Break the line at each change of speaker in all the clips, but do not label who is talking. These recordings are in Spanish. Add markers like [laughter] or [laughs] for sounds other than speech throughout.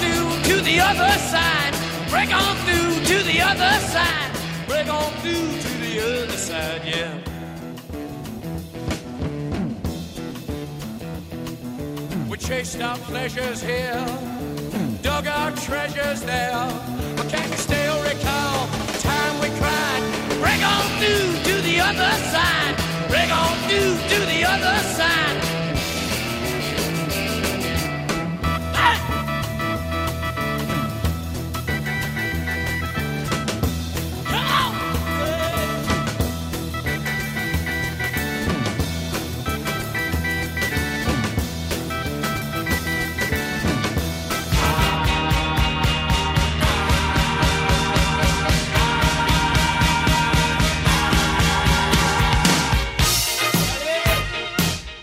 through to the other side, break on through to the other side, break on through to the other side, yeah. We chased our pleasures here, dug our treasures there. I can still recall the time we cried. Break on through to the other side. Break on through to the other side.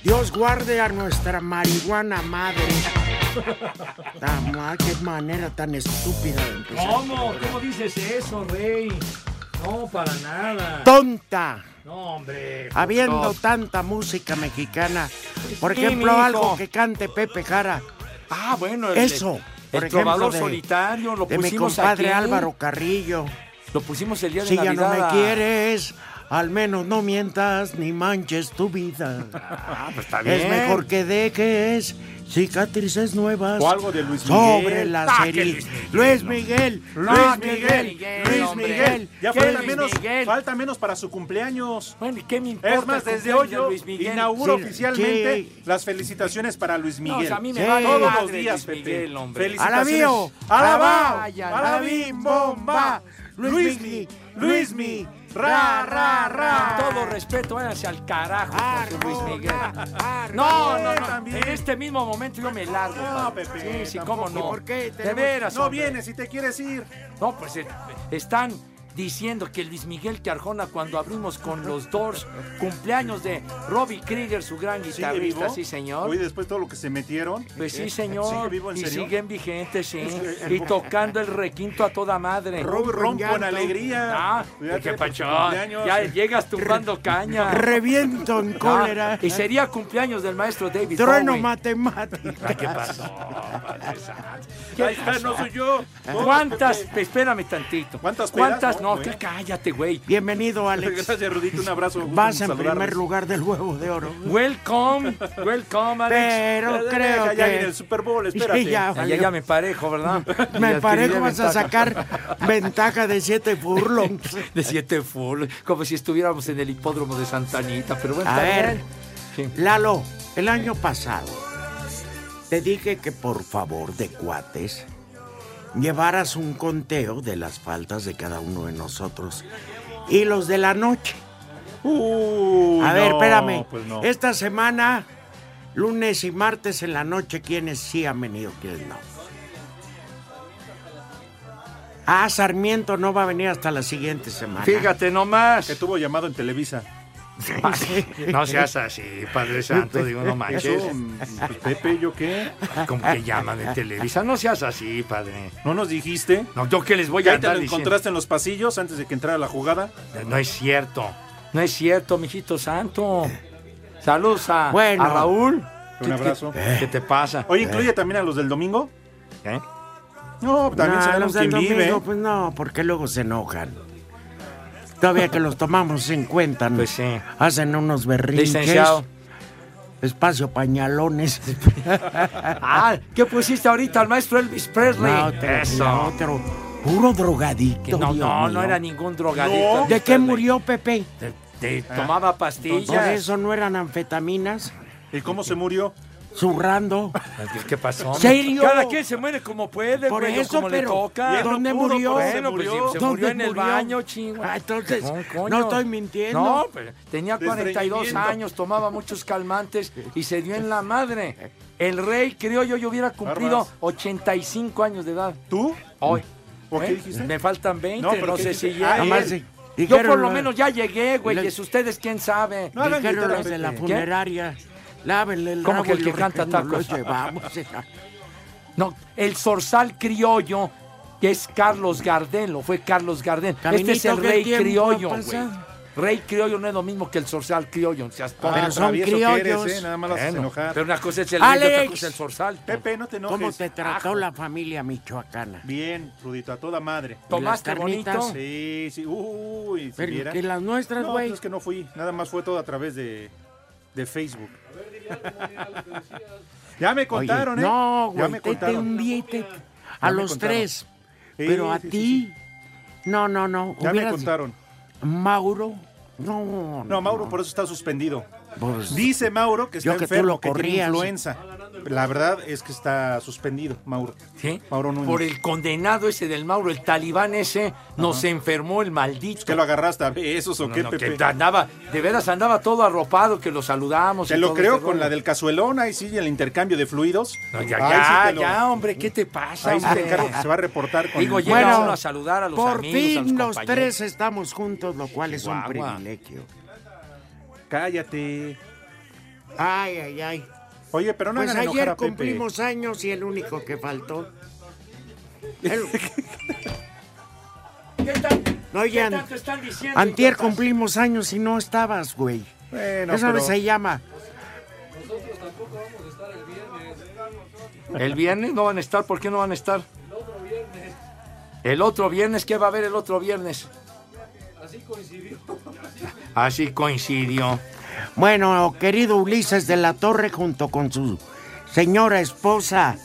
Dios guarde a nuestra marihuana madre. Tama, qué manera tan estúpida de empezar.
¿Cómo? ¿Cómo dices eso, rey? No, para nada.
Tonta.
No, hombre.
Habiendo
No.
tanta música mexicana. Por
Sí,
ejemplo,
mijo.
algo que cante Pepe Jara.
Ah, bueno, el,
Eso.
El,
Por ejemplo,
trovador
de,
solitario lo
de mi
pusimos
compadre
aquí.
Álvaro Carrillo.
Lo pusimos el día de
Si ya
Navidad.
no me
a-
quieres, al menos no mientas ni manches tu vida.
Ah, pues está bien.
Es mejor que dejes cicatrices nuevas
O algo de Luis
sobre
Miguel.
las
Ah, que
heridas. Luis
Luis
Miguel,
No,
Luis
que
Miguel,
Miguel,
Luis
hombre.
Miguel.
Ya
¿Qué
falta
Luis
menos,
Miguel?
falta menos para su cumpleaños.
Bueno, ¿y qué me importa?
Es más,
el
desde hoy
cumpleaños de
yo
Luis Miguel?
inauguro
Sí,
oficialmente
sí.
las felicitaciones para Luis
No, o
Miguel.
sea, a mí me
Sí.
vale
Todos
madre
los días,
Luis
Pepe.
Miguel, hombre.
Feliz-
A la bio,
Alabao,
Ay,
a la bim, bomba, Luis mi, Luis mi, ra, ra, ra.
Con todo respeto, váyanse al carajo con su Luis Miguel.
No,
No, no, no.
también.
En este mismo momento yo me largo.
No,
padre.
Pepe,
Sí, sí,
tampoco.
cómo no.
¿Y por qué
De
tenemos-
veras,
No
hombre.
vienes si te quieres ir.
No, pues eh, están diciendo que Luis Miguel que Arjona cuando abrimos con los Doors, cumpleaños de Robbie Krieger, su gran
¿Sigue
guitarrista,
vivo?
sí señor.
Oye, después todo lo que se metieron.
Pues
¿Sigue
sí, señor.
vivo en
y
serio?
siguen vigentes, sí.
que el
Y
bo-
tocando el requinto a toda madre.
Rob
Rompo en
rompo en
llanto.
alegría.
Ah,
Cuídate
qué
por tu
pachón.
cumpleaños.
Ya llegas tumbando caña.
Reviento en
Ah,
cólera.
y sería cumpleaños del maestro David
Trueno
Bowie.
matemático.
[laughs]
¿Qué pasó?
Ahí está, no soy yo. No,
¿Cuántas?
Pepe.
Espérame tantito.
¿Cuántas pedas? No,
¿Cuántas?
eh.
No,
güey.
que cállate, güey.
Bienvenido, Alex.
Gracias, Rudito. Un abrazo. gusto
Vas en
saludarles.
primer lugar del huevo de oro.
Welcome, welcome, Alex.
Pero
Ya, ya,
creo
ya,
que...
ya viene el Super Bowl, espérate.
Sí, ya,
Ah, ya, ya me parejo,
[laughs]
¿verdad?
Me
Ya
parejo
adquirí
vas a
ventaja.
sacar
[laughs]
ventaja de siete furlongs.
[laughs] De siete full, como si estuviéramos en el hipódromo de Santa Anita, pero bueno,
A
está
ver.
bien. Sí.
Lalo, el año pasado te dije que por favor de cuates llevaras un conteo de las faltas de cada uno de nosotros y los de la noche.
Uy,
A ver,
no,
espérame.
pues no.
Esta semana, lunes y martes en la noche, ¿quiénes sí han venido, quiénes no? Ah, Sarmiento no va a venir hasta la siguiente semana. [laughs]
Fíjate nomás.
Que tuvo llamado en Televisa.
[laughs]
No seas así, Padre Santo, digo, no manches.
Eso, mm, pues, Pepe, ¿yo qué?
Como que llaman
[laughs]
de Televisa, no seas así, Padre.
¿No nos dijiste?
No, yo que les voy a
Ya te
andar
lo
diciendo.
encontraste en los pasillos antes de que entrara la jugada.
No es cierto, no es cierto, mijito
[laughs]
santo. Saludos a,
Bueno. Eh.
a Raúl.
Un abrazo.
¿Qué, qué te pasa?
Oye, incluye también a los del domingo.
¿Eh?
No, también
No,
sabemos
los del
quién vive.
domingo, pues no, porque luego se enojan. Todavía que los tomamos en cuenta, ¿no?
Pues sí.
hacen unos berrinches.
Licenciado. Pues
Espacio
[laughs]
pañalones.
Ah, ¿qué pusiste ahorita al maestro Elvis Presley?
ah. No, otro,
Eso.
otro. Puro drogadicto.
Que no,
Dios
no,
mío.
no era ningún drogadicto.
¿De qué
Stanley.
murió Ah. Pepe?
Te, te tomaba pastillas.
¿Por eso no eran anfetaminas?
¿Y
Eh.
cómo se murió?
[laughs]
Zurrando.
¿Qué pasó?
¿Serio?
Cada quien se muere como puede,
Por
güey, o
eso,
como le
pero,
toca.
¿y él no ¿dónde pudo, murió? pues, se
Bueno, pues,
murió.
se
¿Dónde
murió en el
murió?
baño, chingua.
Ah, entonces,
No, coño.
no estoy mintiendo.
No, pero tenía
De
42
estreñimiento.
años, tomaba muchos calmantes y se dio en la madre. El rey, creo yo, yo hubiera cumplido
Barbas.
85 años de edad.
¿Tú?
Hoy.
¿Por qué
¿Eh?
dijiste?
Me faltan 20,
No,
no,
pero ¿qué
sé si
dijiste?
ya.
Ah,
Nada
él.
más di-
Yo
dijeron
por lo
lo-
menos ya llegué, güey.
Le-
Y es ustedes quién sabe.
No hagan
Dijeron
gritar a
los de la
Pepe.
funeraria. Lávenle el
¿Cómo
rabo
que el
y
que
los
canta
ricos nos
tacos?
los
[laughs]
llevamos. era.
No, el zorzal criollo, que es Carlos Gardel, o fue Carlos Gardel.
Caminito
este es el
que el
rey
tiempo
criollo,
pasa.
güey. Rey criollo no es lo mismo que el zorzal criollo. seas tonto.
Pero
Ah,
son
travieso que eres,
criollos.
¿eh? Nada más las haces enojar.
Pero una cosa es el rey y otra
Alex.
cosa es el zorzal.
Pepe, no te enojes.
¿Cómo te trató la familia michoacana?
Bien, Rudito, a toda madre.
¿Tomaste
las carnitas?
bonito?
Sí, sí. Uy, si
Pero
viera.
que las nuestras,
No,
güey.
pues es que no fui. Nada más fue todo a través de, de Facebook. ya me
Oye,
contaron, ¿eh?
No,
Ya
güey,
me
te- te
contaron.
hundí, te- a
me
los
contaron.
tres.
Sí,
pero a
sí, sí,
ti, no, no, no.
Ya me
hubieras-
contaron.
Mauro, no.
No, Mauro por eso está suspendido.
Pues,
Dice Mauro que está
Yo que tú
enfermo,
lo
que tiene
corrías.
influenza. La verdad es que está suspendido, Mauro.
¿Sí?
Mauro Núñez.
Por el condenado ese del Mauro, el talibán ese, nos enfermó el maldito.
¿Qué lo agarraste a besos o
No,
qué,
no,
Pepe?
que andaba, de veras andaba todo arropado, que lo saludamos.
Te
y
lo
todo
creo
este
con
rollo.
la del cazuelón, ahí sí, el intercambio de fluidos.
No, ya,
Ahí
ya,
sí te lo-
ya, hombre, ¿qué te pasa?
Ahí sí te
hombre?
encargo que se va a reportar con
Digo,
el-
llega
Bueno,
uno a saludar a los
por
amigos, a los
fin los
compañeros.
tres estamos juntos, lo cual es un
Chihuahua.
privilegio.
Cállate.
Ay, ay, ay.
Oye, pero no
Pues
hagan enojar
ayer
a Pepe.
cumplimos años y el único que
[laughs]
faltó. El-
¿Qué tan-
No,
qué
ya-
tanto están diciendo,
Antier
idiotas?
cumplimos años y no estabas, güey.
Bueno,
Eso no
pero-
se llama.
¿El viernes no van a estar? ¿Por qué no van a estar? El otro viernes. ¿Qué va a haber el otro viernes? Así coincidió. Así coincidió.
Bueno, querido Ulises de la Torre, junto con su señora esposa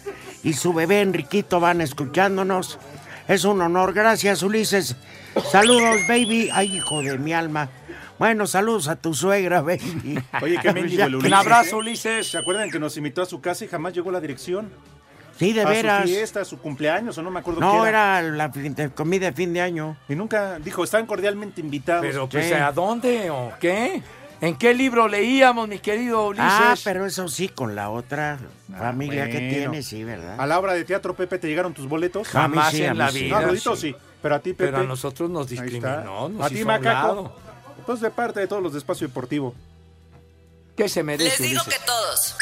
y su bebé Enriquito van escuchándonos. Es un honor. Gracias, Ulises. Saludos, baby. Ay, hijo de mi alma. Bueno, saludos a tu suegra,
[laughs]
baby.
Oye,
[laughs]
qué mendigo el Ulises.
Un abrazo,
¿eh?
Ulises.
¿Se acuerdan que nos invitó a su casa y jamás llegó a la dirección?
Sí, de
a
veras.
su fiesta, a su cumpleaños, o no me acuerdo
No,
qué
era la fin- de- comida de fin de año.
Y nunca dijo, están cordialmente invitados.
Pero, pues,
Sí.
¿a dónde o qué? ¿En qué libro leíamos, mi querido Ulises?
Ah, pero eso sí, con la otra
Ah,
familia que
bueno.
tiene, sí, ¿verdad?
A la obra de teatro, Pepe, ¿te llegaron tus boletos?
Ja- a mí
Jamás
sí, a
en
mí
la
sí.
No,
vida.
a Rudito sí. Pero a ti, Pepe.
Ah, Pero a nosotros nos
ahí está.
discriminó, nos
a ti,
hizo a un
Macaco.
lado.
Entonces, de parte de todos los de Espacio Deportivo.
¿Qué se merece,
Les digo
Ulises?
que todos.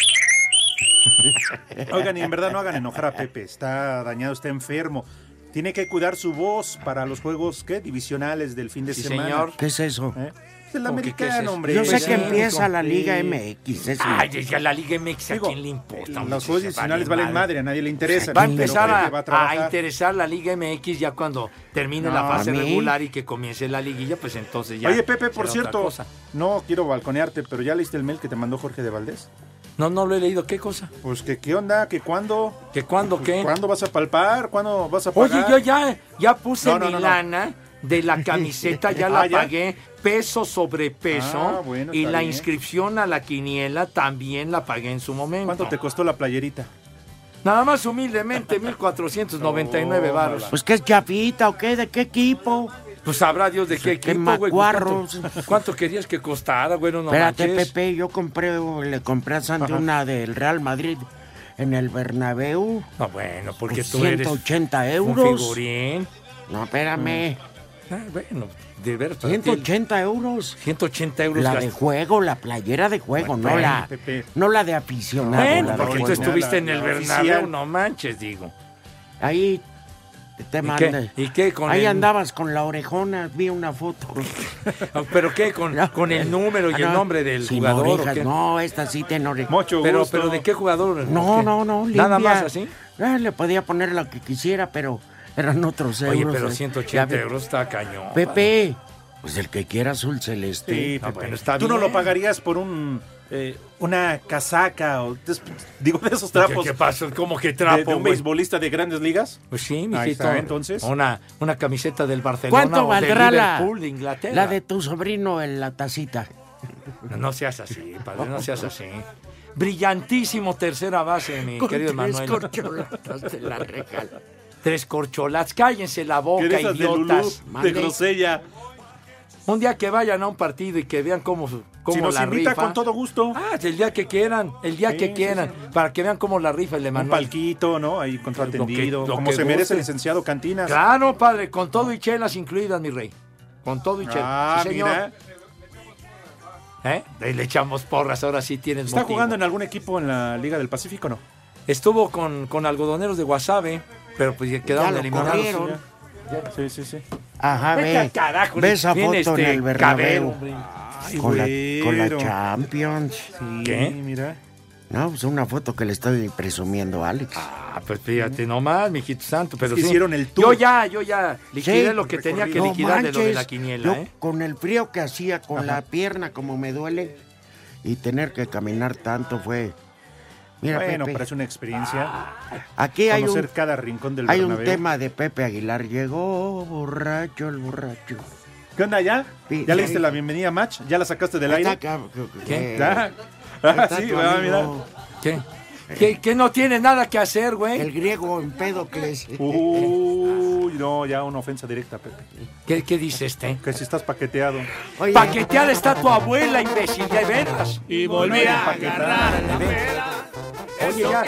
Oigan, y en verdad no hagan enojar a Pepe. Está dañado, está enfermo. Tiene que cuidar su voz para los juegos, ¿qué? Divisionales del fin de
Sí,
semana.
señor.
¿Qué es eso?
¿Eh? Es el
¿Cómo que qué es
americano,
eso?
hombre.
Yo sé
Pues
que
sí.
empieza la
Sí.
Liga MX. eso.
Ay, ya la Liga MX, ¿a
Digo,
quién le importa?
Los
Ulises?
juegos divisionales valen madre, a nadie le interesa.
Va a
Sí, pero
empezar
Pepe
a,
va
a
trabajar.
interesar la Liga MX ya cuando termine
No,
la fase
a mí.
regular y que comience la liguilla, pues entonces ya.
Oye, Pepe, por
será otra
cierto,
cosa.
no quiero balconearte, pero ¿ya leíste el mail que te mandó Jorge de Valdés?
No, no lo he leído. ¿Qué cosa?
Pues que qué onda, que cuándo,
¿Que cuándo qué?
Pues, cuándo vas a palpar, cuándo vas a
Oye,
pagar.
yo ya, ya puse
No, no,
mi
no, no.
lana
[laughs]
de la camiseta, ya la
Ah, ¿ya?
pagué peso sobre peso.
Ah, bueno,
y
está
la
bien.
inscripción a la quiniela también la pagué en su momento.
¿Cuánto te costó la playerita?
Nada más humildemente, 1499
No,
baros.
mala.
Pues que es chapita o qué, de qué equipo.
Pues sabrá Dios de qué
qué
equipo, güey. ¿Cuánto,
macuarros.
cuánto querías que costara, güey? No, no
Espérate,
manches.
Pepe, yo compré, le compré a Santi
Ajá.
una del Real Madrid en el Bernabéu.
No, bueno, porque
Pues
tú eres
180
un
euros.
figurín.
No, espérame.
Ah, bueno, de pues, ver, para ti,
180 euros.
180 euros
La de
gasto.
juego, la playera de juego, no
Pepe,
la,
Pepe.
no la de aficionado.
Bueno,
la de
porque tú
juego.
buena,
estuviste
la-
en el
la
Bernabéu,
oficial.
no manches, digo.
Ahí te
¿Y
mandé.
qué? ¿Y qué con
Ahí
el-
andabas con la orejona, vi una foto.
[laughs] Ah, ¿Pero qué? ¿Con, con el número y
Ah,
el
no,
nombre del
sin
jugador?
orejas,
¿o qué?
No, esta sí tiene orejas.
Mucho
Pero,
gusto.
¿Pero de qué jugador? ¿O
No,
qué?
no, no.
¿Nada
limpia.
más así?
Ah, le podía poner lo que quisiera, pero eran otros euros.
Oye, pero
eh.
180
Ya ve-
euros está cañón.
Pepe, pues el que quiera azul celeste.
Sí,
Ah,
Pepe.
bueno, está
Tú no
bien.
lo pagarías por un
Eh,
una casaca o des- digo de esos trapos
¿Qué, qué pasa? ¿Cómo que
de-
trapo?
de, un
güey?
beisbolista de Grandes Ligas.
Pues sí,
Ahí
mijito.
está, entonces.
Una, una camiseta del Barcelona
¿Cuánto
o de
valdrá la,
Liverpool de Inglaterra.
la de tu sobrino en la tacita?
No seas así, padre, no seas así. Brillantísimo tercera base, mi
Con
querido
tres
Manuel.
corcholatas te la regalo.
Tres corcholatas, cállense
Que
la
de
boca,
esas de Lulú,
idiotas.
de
mande.
Grosella.
Un día que vayan a un partido y que vean cómo, cómo
Si nos
la
invita
rifa.
con todo gusto.
Ah, el día que quieran, el día
Sí,
que
sí,
quieran, para que vean cómo la rifa el de
un
Manuel.
palquito, ¿no? Ahí contratendido.
Lo que- lo
como
que
se merece
guste.
el licenciado Cantinas.
Claro, padre, con todo y chelas incluidas, mi rey. Con todo y chelas.
Ah,
Sí, señor.
mira.
¿Eh? Ahí le echamos porras, ahora sí tienes
¿Está
motivo.
jugando en algún equipo en la Liga del Pacífico no?
Estuvo con, con algodoneros de Guasave, pero pues ya quedaron
lo
eliminados.
corrieron.
Pues, Sí, sí, sí.
Ajá,
Vete al
ve.
carajo,
Ve esa
tiene
foto en
este
el Bernabéu.
cabero, hombre.
Con la, con la
güero.
Champions.
¿Qué?
Sí, mira.
No, pues una foto que le estoy presumiendo a Alex.
Ah, pues
Mm.
fíjate nomás, mijito santo. Pero
Es que
sí.
hicieron el tour.
Yo ya, yo ya liquidé
Sí,
lo que tenía que
No
liquidar de lo de la
manches,
quiniela,
yo
¿eh?
Con el frío que hacía, con la pierna como me duele y tener que caminar tanto fue. Mira,
bueno,
Pepe,
pero es una experiencia.
aquí hay
conocer
un,
cada rincón del
hay un
Bernabéu.
tema de Pepe Aguilar. Llegó borracho el borracho.
¿Qué onda ya?
Sí,
¿Ya le
sí.
diste la bienvenida a Match? ¿Ya la sacaste del aire?
Está acá,
¿Qué?
eh,
¿Ya? Ah,
[laughs]
está
sí,
tu
ah,
amigo,
mira.
¿Qué? ¿Qué- qué no tienes nada que hacer, güey?
El griego Empédocles.
Uh.
eh,
Uy, no, ya una ofensa directa, Pepe.
¿Qué, qué dice este?
Que si estás paqueteado.
eh, Oye,
Paquetear está tu abuela, imbécil, de veras.
Y volví a
agarrar
Oye, ya,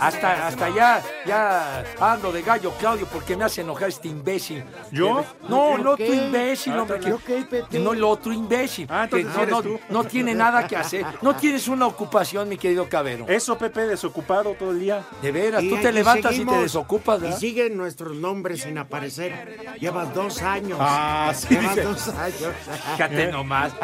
hasta, hasta ya, ya ando de gallo, Claudio, porque me hace enojar este imbécil. Eh,
¿Yo?
No,
¿Pero
no
qué?
tu imbécil, hombre. que-
¿Yo qué, Pepe?
no el otro imbécil.
Ah, entonces
que
sí eres
no, no,
tú.
no tiene nada que hacer. No tienes una ocupación, mi querido Cabero.
Eso, Pepe, desocupado todo el día.
De veras,
y
tú
aquí
te levantas y te
seguimos,
desocupas, ¿verdad?
Y siguen nuestros nombres sin aparecer. Llevas dos años.
Ah, sí,
Llevas
dice.
dos años.
Fíjate nomás. [laughs]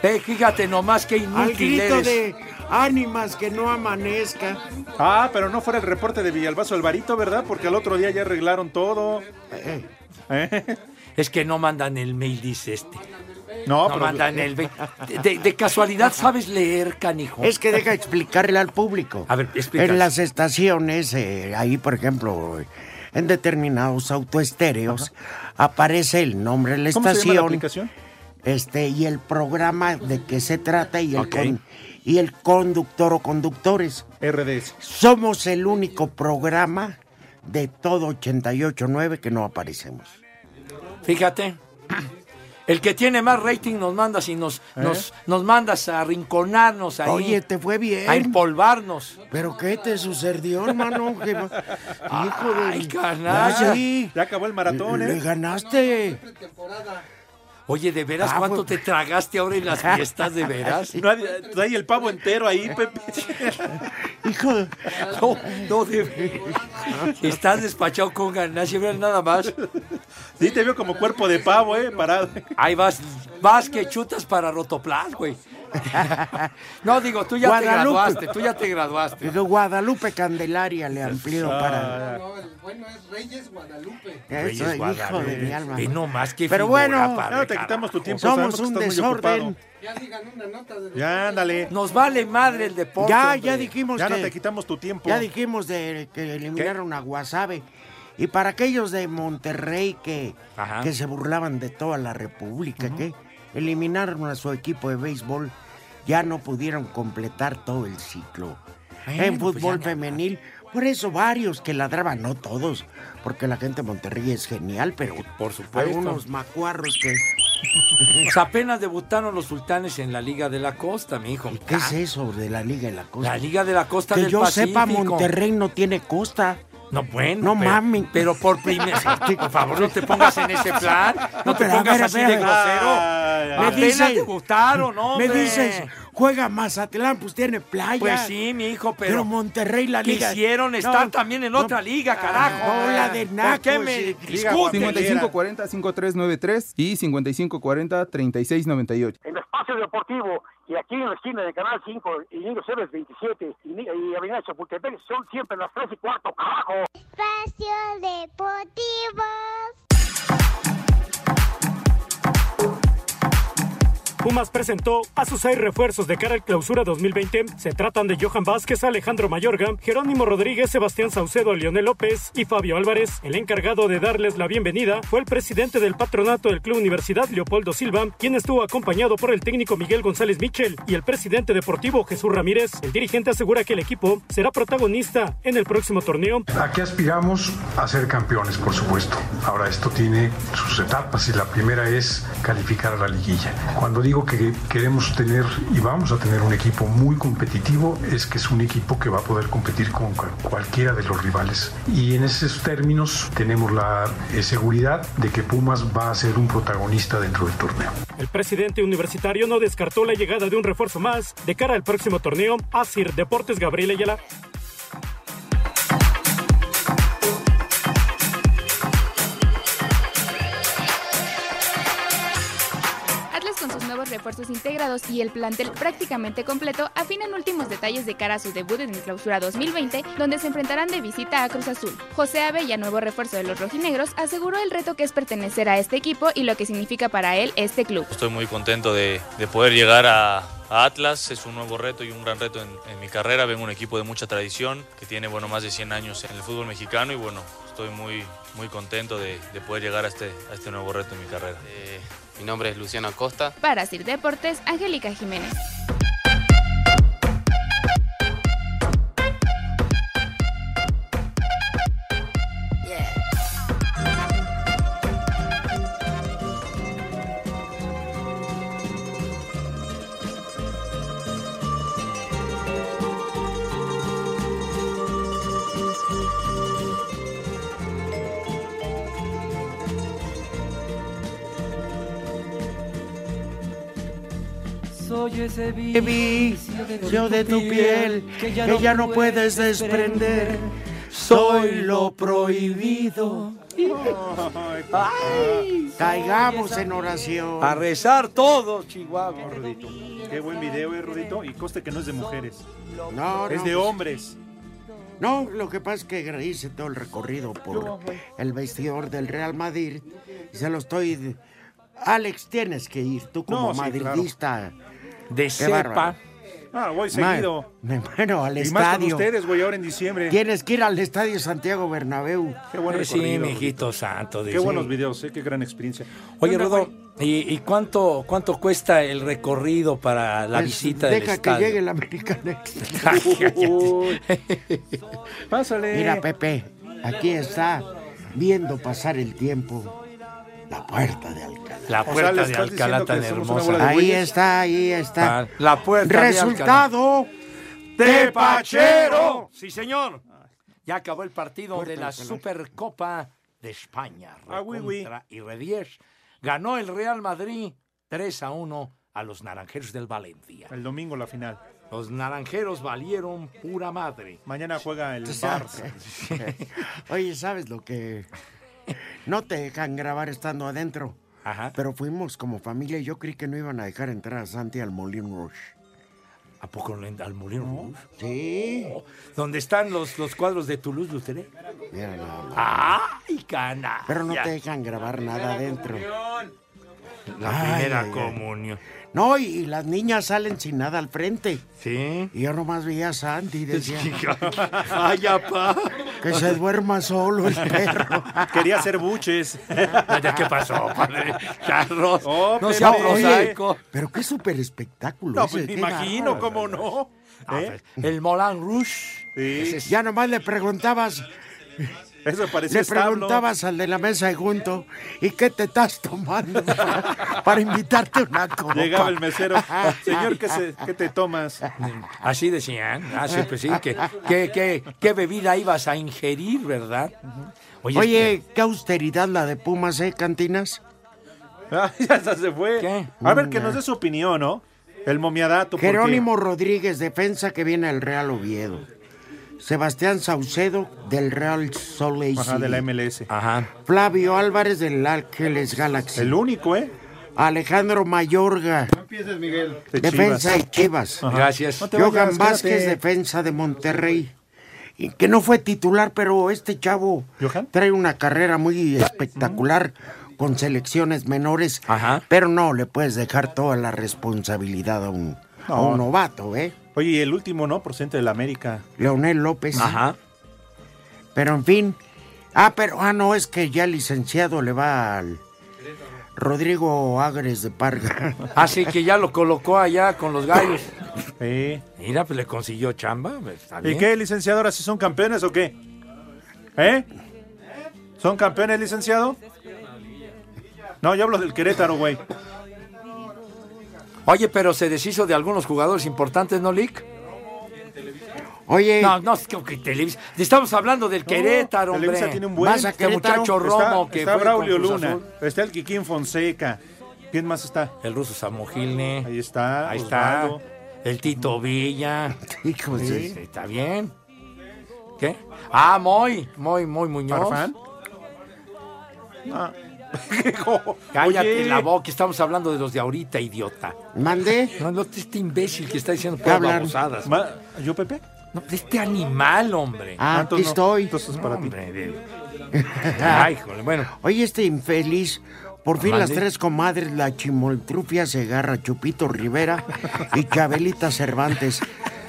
Eh, fíjate nomás qué
Al
inútil
grito
eres.
de ánimas que no amanezca.
Ah, pero no fuera el reporte de Villalbazo Alvarito, ¿verdad? Porque al otro día ya arreglaron todo. ¿Eh?
Es que no mandan el mail, dice este.
No,
No
pero
mandan el mail. De, de- de casualidad sabes leer, canijo.
Es que deja explicarle al público.
A ver, explícale.
En las estaciones, eh, ahí por ejemplo, en determinados autoestéreos, aparece el nombre de la
¿Cómo se llama la
estación.
aplicación?
este y el programa de qué se trata y el
Ok.
con- y el conductor o conductores.
RDS.
Somos el único programa de todo 889 que no aparecemos.
Fíjate. El que tiene más rating nos mandas y nos, nos, nos mandas a arrinconarnos ahí.
¿Eh? Oye, te fue bien.
a empolvarnos.
¿Pero qué te sucedió, hermano? Que- Hijo de...
Ay, canalla.
Ah, sí.
Ya acabó el maratón,
Le
¿eh?
ganaste.
Oye, ¿de veras
Ah,
cuánto
bueno.
te tragaste ahora en
[laughs]
las fiestas? ¿De veras?
No hay- trae el pavo entero ahí, Pepe.
Hijo de...
No, no, de veras. Estás despachado con ganancia, vean nada más.
Sí, te veo como cuerpo de pavo, ¿eh? Parado.
Ahí vas, vas que chutas para Rotoplas, güey. [laughs] No, digo, tú ya te
Guadalupe.
graduaste, tú ya te graduaste.
Digo, Guadalupe Candelaria le amplió para... Eso,
Reyes
hijo de
Guadalupe.
mi alma.
Ve nomás qué
Pero
figura, padre,
bueno,
Ya te
carajo.
quitamos tu tiempo.
Somos
sabemos que
un
estás muy ocupado.
desorden.
Ya, ándale.
Nos vale madre el deporte.
Ya,
hombre.
ya dijimos
Ya no
que...
te quitamos tu tiempo.
Ya dijimos de que eliminaron a Guasave. Y para aquellos de Monterrey que,
Ajá.
que se burlaban de toda la República, que eliminaron a su equipo de béisbol, ya no pudieron completar todo el ciclo.
Bueno,
en
pues
fútbol
ya no-
femenil, por eso varios que ladraban, no todos, porque la gente de Monterrey es genial, pero
Por supuesto.
algunos macuarros que...
Pues apenas debutaron los sultanes en la Liga de la Costa, mi hijo.
¿Qué es eso de la Liga de la Costa?
Ah. La Liga de la Costa
que
del
yo
Pacífico.
sepa, Monterrey no tiene costa.
No, bueno.
No
pero-
mames.
Pero por
[laughs]
primera... Por favor, no te pongas en ese plan. No te
Pero a
pongas
ver, a
así
ver.
de grosero.
Ay, ay,
Me
ay.
di-
Apenas
dice-
debutaron,
Me
hombre.
dices, juega Mazatlán, pues tiene playa.
Pues sí, mi hijo,
Pero,
pero...
Monterrey la liga. Ah,
Quisieron estar también en otra liga, carajo.
No, la de
¿Por qué
nacos,
me
sí.
Liga
discuten?
Futbolera.
5540-5393 y 5540-3698.
en el espacio deportivo y aquí en la esquina de Canal 5 y Niño Ceres 27 y, Ni- y Avenida Chapultepec son siempre las 3 y cuarto, carajo.
Espacio Deportivo. Pumas presentó a sus seis refuerzos de cara al clausura 2020. Se tratan de Johan Vázquez, Alejandro Mayorga, Jerónimo Rodríguez, Sebastián Saucedo, Leonel López y Fabio Álvarez. El encargado de darles la bienvenida fue el presidente del patronato del Club Universidad, Leopoldo Silva, quien estuvo acompañado por el técnico Miguel González Michel y el presidente deportivo Jesús Ramírez. El dirigente asegura que el equipo será protagonista en el próximo torneo.
Aquí aspiramos a ser campeones, por supuesto. Ahora esto tiene sus etapas y la primera es calificar a la liguilla. Cuando digo que queremos tener y vamos a tener un equipo muy competitivo, es que es un equipo que va a poder competir con cualquiera de los rivales. Y en esos términos tenemos la eh, seguridad de que Pumas va a ser un protagonista dentro del torneo.
El presidente universitario no descartó la llegada de un refuerzo más de cara al próximo torneo. Asir Deportes Gabriel Ayala.
Atlas con sus nuevos refuerzos integrados y el plantel prácticamente completo afinan últimos detalles de cara a su debut en el Clausura 2020, donde se enfrentarán de visita a Cruz Azul. José Abella, nuevo refuerzo de los rojinegros, aseguró el reto que es pertenecer a este equipo y lo que significa para él este club.
Estoy muy contento de, de poder llegar a, a Atlas. Es un nuevo reto y un gran reto en, en, mi carrera. Vengo un equipo de mucha tradición que tiene bueno, más de 100 años en el fútbol mexicano y bueno, estoy muy, muy contento de, de poder llegar a este, a este nuevo reto en mi carrera. Eh,
mi nombre es Luciano Acosta.
Para Sir Deportes, Angélica Jiménez.
ese vicio de tu, yo de tu piel, piel que, ya que ya no puedes desprender. Soy lo prohibido. Ay, caigamos en oración.
A rezar todos, Chihuahua.
No, Rudito. Qué buen video, eh, Rudito. Y coste que no es de mujeres. No, es no, de hombres.
No, lo que pasa es que hice todo el recorrido por el vestidor del Real Madrid. Y se lo estoy. Alex, tienes que ir, tú como no, sí, madridista. Claro
de cepa.
Ah, voy seguido.
Ma, bueno, al
y
estadio. Más
con ustedes, güey, ahora en diciembre.
Tienes que ir al estadio Santiago Bernabéu.
Qué buen recorrido. Sí, mijito santo.
Qué sí. buenos videos, ¿eh? qué gran experiencia.
Oye, Rodo, ¿y, ¿y, cuánto cuánto cuesta el recorrido para la es, visita del
deja
estadio? [laughs]
que llegue el americano.
Pásale.
Mira, Pepe, aquí está viendo pasar el tiempo la puerta de Alcalá.
La puerta o sea, de Alcalá tan hermosa.
Ahí está, ahí está.
Ah, la puerta
Resultado de Pachero.
Sí, señor. Ya acabó el partido puerta de la Alcalá. Supercopa de España. Ah, oui, oui. y Redier. Ganó el Real Madrid 3 a 1 a los Naranjeros del Valencia.
El domingo la final.
Los naranjeros valieron pura [laughs] madre.
Mañana juega el
ah,
Barça.
Oye, ¿sabes lo que no te dejan grabar estando adentro? Ajá. Pero fuimos como familia y yo creí que no iban a dejar entrar a Santi al Molin Rush.
¿A poco al Molin no. Rush?
Sí. Oh,
donde están los, los cuadros de Toulouse Luteré.
Mira, no, no.
¡Ay, cana!
Pero no te dejan grabar nada adentro.
La primera ay, comunión.
No, y, y, las niñas salen sin nada al frente.
Sí.
Y yo nomás veía a Santi y decía.
¡Ay, apá!
Que se duerma solo el perro.
[laughs] Quería hacer buches.
ah,
¿Ya qué pasó, padre? Carlos. Oh, no sea prosaico.
Pero qué súper espectáculo.
No,
ese,
pues me imagino, nada. cómo no. ¿Eh?
pues, El Molan Rush.
Sí. Es ya nomás le preguntabas.
Eso
Le preguntabas establo. al de la mesa junto, ¿y qué te estás tomando [laughs] para, para invitarte una copa?
Llegaba el
[laughs]
mesero,
Ah,
señor, ¿qué, se, ¿qué, te tomas?
Así decían, así pues sí, que, que, que, qué bebida ibas a ingerir, ¿verdad?
Oye, Oye es que... qué austeridad la de Pumas, ¿eh, Cantinas?
[laughs] Ah, ya se fue. ¿Qué? A ver, que nos dé su opinión, ¿no? El momiadato.
Jerónimo porque... Rodríguez, defensa que viene al Real Oviedo. Sebastián Saucedo del Real Salt
Ajá, de la MLS.
Ajá.
Flavio Álvarez del Ángeles Galaxy.
El único, ¿eh?
Alejandro Mayorga.
No empieces, Miguel.
De defensa Chivas. de Chivas.
Ajá. Gracias. No
Johan vayas, Vázquez, defensa de Monterrey. Y que no fue titular, pero este chavo
¿Johan?
trae una carrera muy espectacular. con selecciones menores, pero no le puedes dejar toda la responsabilidad a un, a un novato, ¿eh?
Oye, y el último, ¿no? Por ciento de la América.
Leonel López. Pero en fin. Ah, pero ah, no, es que ya licenciado le va al Rodrigo Agres
[laughs]
de Parga.
Así Ah, que ya lo colocó allá con los gallos. Mira, pues le consiguió chamba. pues, Está
¿Y
bien.
qué, licenciado? ¿Ahora sí son campeones o qué? ¿Eh? ¿Son campeones, licenciado? No, yo hablo del Querétaro, güey.
Oye, pero se deshizo de algunos jugadores importantes, ¿no, Lick?
Oye.
No, no, es que que Televisa. Estamos hablando del [laughs] Querétaro, hombre.
Televisa tiene un buen.
Vas a Querétaro. muchacho Romo
está,
que
está
fue
Braulio
con Cruz
Luna.
Azul.
Está el Kikín Fonseca. ¿Quién más está?
El ruso Samogilne.
Ahí está. pues,
Ahí está.
Osvaldo.
El Tito Villa.
Hijo
de-
Está bien. ¿Qué? Ah, Moy. Moy, Moy Muñoz. [laughs]
¿Farfán? [laughs] No.
Cállate
Oye.
la boca, estamos hablando de los de ahorita, idiota.
¿Mande?
No, no, este imbécil que está diciendo puras
hablan?
babosadas.
Ma- ¿Yo, Pepe?
No, este animal, hombre.
Ah, aquí estoy.
Entonces, para ti.
Ay, híjole, bueno.
Oye, este infeliz. Por fin las
Mande.
tres comadres, la chimoltrufia Segarra, Chupito Rivera y Chabelita Cervantes.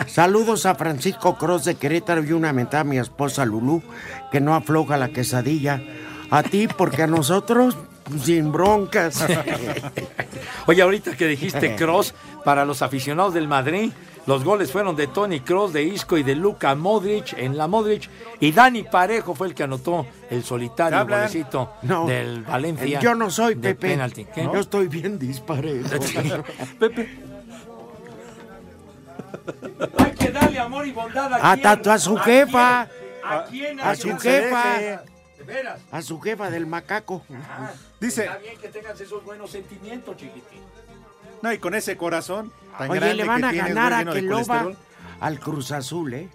Saludos a Francisco Cross de Querétaro y una mentada a mi esposa Lulú, que no afloja la quesadilla. A ti, porque a nosotros, pues,
[laughs]
sin broncas.
Oye, ahorita que
[laughs]
dijiste Cross, para los aficionados del Madrid, los goles fueron de Tony Cross, de Isco y de Luca Modric en la Modric. Y Dani Parejo fue el que anotó el solitario
Hablan.
golecito
No.
del Valencia.
Yo no soy
de
Pepe.
penalti. ¿Qué? [laughs]
Yo estoy bien disparejo.
Hay que darle amor y bondad
a quién? Hasta a su ¿A jefa. quién?
¿A quién?
A su jefa. A su jefa del macaco.
Dice-
Está bien que tengas esos buenos sentimientos, chiquitín.
No, y con ese corazón tan
Oye,
grande
le van
que
a
tienes,
ganar
güey,
a
lleno de
Queloba
colesterol.
al Cruz Azul, ¿eh?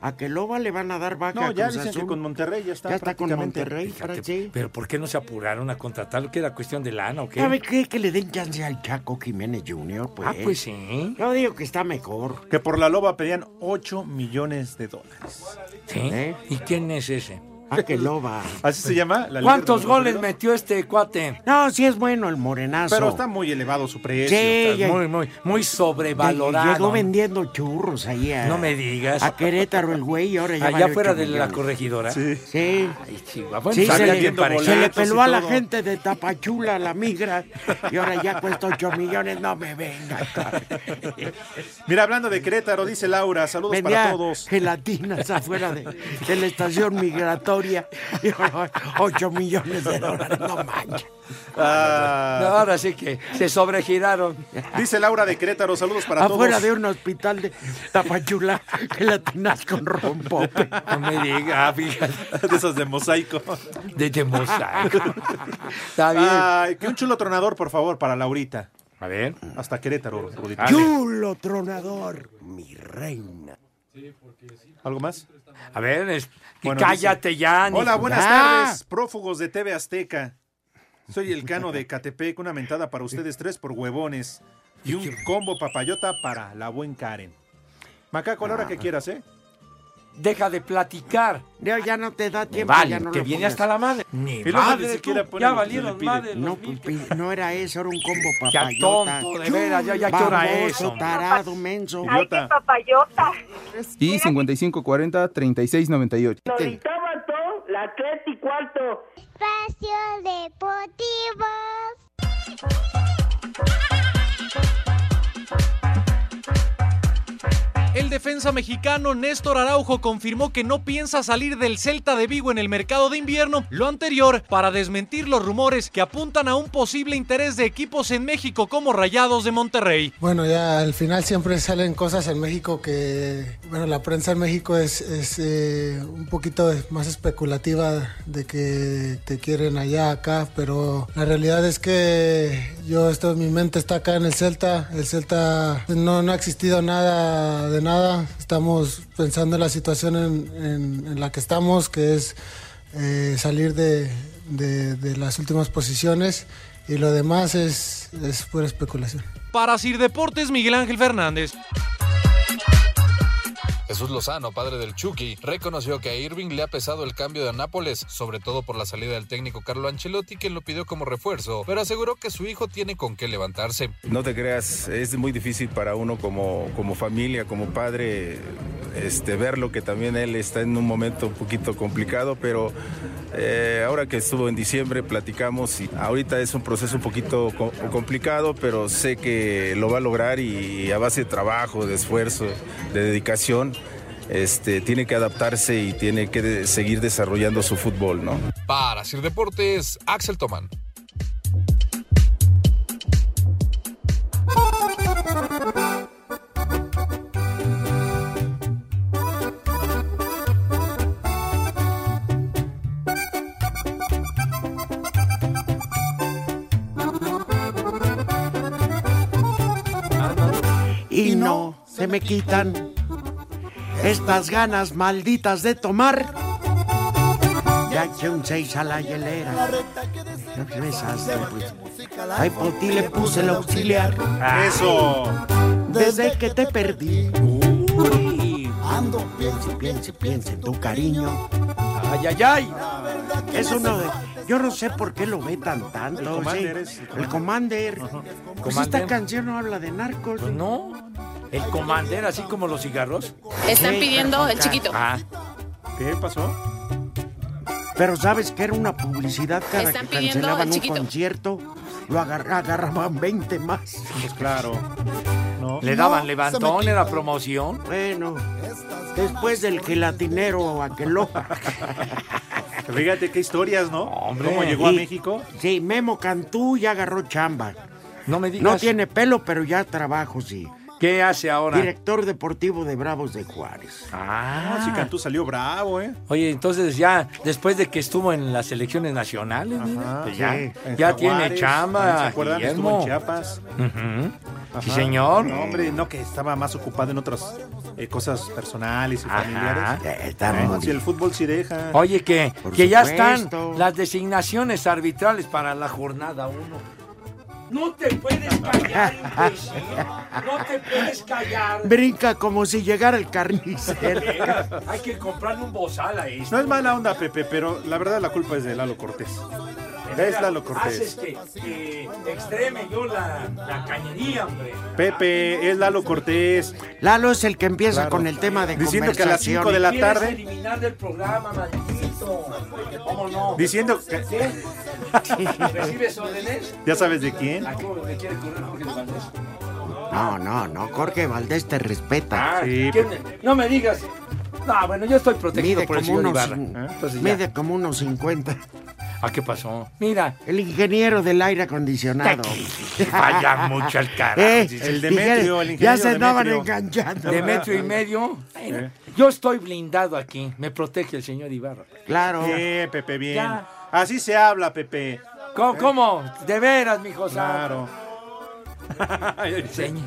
A Queloba le van a dar vaca
No,
a
ya
Cruz
dicen que
Azul.
con Monterrey ya está.
Ya está con
prácticamente.
Monterrey, Fran, sí.
Pero ¿por qué no se apuraron a contratarlo? ¿Que era cuestión de lana o qué?
¿Sabe qué? Que le den chance al Chaco Jiménez Jr., pues.
Ah, pues sí.
Yo digo que está mejor.
Que por la loba pedían 8 millones de dólares.
¿Sí? ¿Y quién es ese?
A
[laughs]
Queloba.
¿Así se llama? La líder
¿Cuántos
de los
goles
corridos.
metió este cuate?
No, sí es bueno el morenazo.
Pero está muy elevado su precio.
Sí,
Está
ya-
muy-
Muy, muy, muy sobrevalorado.
Llegó vendiendo churros ahí a,
No me digas.
a Querétaro el güey y ahora ya
Allá
vale
fuera
ocho
de la
millones.
corregidora.
Sí.
Sí.
Ay, chihuahua. Bueno,
Sí, se
sabía
le,
bien parejo.
se le peló a la
todo.
gente de Tapachula, la migra, y ahora ya cuesta 8 millones, no me venga. cabrón.
Mira, hablando de Querétaro, dice Laura, saludos para
Vendía
todos.
gelatinas afuera de, de la estación migratoria, y ahora 8 millones de dólares, no manches.
No,
Ah,
ahora sí que se sobregiraron.
dice Laura de Querétaro, saludos para
afuera
[laughs] todos.
de un hospital de Tapachula, gelatinas
[laughs]
con rompope.
No me digas, [laughs] fíjate.
De esos de
[laughs]
mosaico.
De, de mosaico. Está bien.
Ay, que un chulo tronador, por favor, para Laurita.
A ver. Ah,
Hasta Querétaro, Rudito.
Chulo tronador, mi reina.
¿Algo más?
A ver, es-
Bueno,
cállate ya. ni-
Hola, buenas
Ah.
tardes, prófugos de TV Azteca. Soy el cano de Catepec, una mentada para ustedes tres por huevones y un combo papayota para la buen Karen. Macaco, a la hora que quieras, ¿eh?
Deja de platicar.
Ya, ya no te da tiempo,
Vale,
ya no
que
lo
viene
pongas.
hasta la madre. Ni
Y luego
madre,
ni
tú.
siquiera pone
ya
lo que se le
valieron
pide.
madre. los
No,
mil que-
pues, no era eso, era un combo
[laughs] Ya
papayota.
tonto, de veras, ya, ya qué hora es.
Baboso,
hombre?
tarado, menso.
Ay, qué
papayota.
y 5540-3698.
todo, la tres y cuarto. Espacio Deportivo.
El defensa mexicano Néstor Araujo confirmó que no piensa salir del Celta de Vigo en el mercado de invierno, lo anterior para desmentir los rumores que apuntan a un posible interés de equipos en México como Rayados de Monterrey.
Bueno, ya al final siempre salen cosas en México que, bueno, la prensa en México es, es, eh, un poquito más especulativa de que te quieren allá, acá, pero la realidad es que yo, esto, mi mente está acá en el Celta, el Celta pues, no, no ha existido nada de nada, estamos pensando en la situación en, en- en la que estamos, que es eh, salir de, de- de las últimas posiciones y lo demás es, es pura especulación.
Para Sir Deportes, Miguel Ángel Fernández.
Es Jesús Lozano, padre del Chucky, reconoció que a Irving le ha pesado el cambio de Anápolis, sobre todo por la salida del técnico Carlo Ancelotti, quien lo pidió como refuerzo, pero aseguró que su hijo tiene con qué levantarse.
No te creas, es muy difícil para uno como, como familia, como padre, este, verlo, que también él está en un momento un poquito complicado, pero eh, ahora que estuvo en diciembre platicamos y ahorita es un proceso un poquito co- complicado, pero sé que lo va a lograr y a base de trabajo, de esfuerzo, de dedicación, este, tiene que adaptarse y tiene que de- seguir desarrollando su fútbol, ¿no?
Para Sir Deportes, Axel Tomán.
Y no se me quitan estas ganas malditas de tomar. Ya eché un seis a la hielera. No desastre, pues. Ay, por ti le puse el auxiliar.
Eso.
Desde que te perdí. Ando, pienso, pienso, pienso en tu cariño. Ay, ay, ay. Es uno de. Yo no sé por qué lo ve tan tanto.
El Commander
sí.
es, el
El Commander. Pues esta
Commander.
canción no habla de narcos.
no. El commander, así como los cigarros.
Están pidiendo el chiquito.
Ah.
¿Qué pasó?
Pero sabes que era una publicidad cada
Están
que
pidiendo
cancelaban
el
un
chiquito.
concierto, lo agar- agarraban 20 más.
Pues claro.
Le daban levantón, era promoción.
Bueno, después del gelatinero aquelopa.
Fíjate qué historias, ¿no? Hombre. ¿Cómo llegó a
Y-
México?
Sí, Memo Cantú ya agarró chamba.
No me
No tiene pelo, pero ya trabajo, sí.
¿Qué hace ahora?
Director deportivo de Bravos de Juárez.
Ah,
si Cantú salió bravo, ¿eh?
Oye, entonces ya, después de que estuvo en las elecciones nacionales, mira, pues ya,
Sí. En
ya
Jaguares,
tiene chamba.
¿Se acuerdan? Estuvo
Guillermo.
en Chiapas.
Ujú. Sí,
Ajá.
señor.
No, hombre, no, que estaba más ocupado en otras eh, cosas personales y familiares.
Eh, está
Ah. Bueno, ¿Eh? si el fútbol sí deja.
Oye, que, que ya están
supuesto.
las designaciones arbitrales para la jornada 1. No te puedes callar, imbécil. No te puedes callar.
Brinca como si llegara el carnicero.
[laughs]
Hay que comprarle un bozal a esto.
No es mala onda, Pepe, pero la verdad la culpa es de Lalo Cortés. Es Lalo
Haces
Cortés.
que, que extreme yo la, la cañería, hombre.
Pepe, es Lalo Cortés.
Lalo es el que empieza con el tema de
Diciendo que a las
conversación.
5 de la
Quieres
tarde.
eliminar del programa, maldito. ¿Cómo no?
Diciendo que-
¿Sí? ¿Recibes órdenes?
¿Ya sabes de quién?
¿A cómo me quiere correr Jorge Valdés?
No, no, no, Jorge Valdés te respeta.
¿Quién? No me digas. No, bueno, yo estoy protegido
Mide
por Ah, el
como,
señor
unos,
Ibarra. Ah,
cin-
Entonces ya.
mide como unos 50.
¿A Ah, qué pasó? Mira.
El ingeniero del aire acondicionado.
Vaya mucho al carajo.
Ah, [laughs] Eh,
El
Demetrio, el ingeniero ya se andaban Demetrio. enganchando.
De metro y medio. Bueno,
Eh.
Yo estoy blindado aquí. Me protege el señor Ibarra.
Claro.
Bien, Pepe, bien.
Ya.
Así se habla, Pepe.
¿Cómo? cómo? De veras, mijo. santo.
Claro. [laughs]
Señor.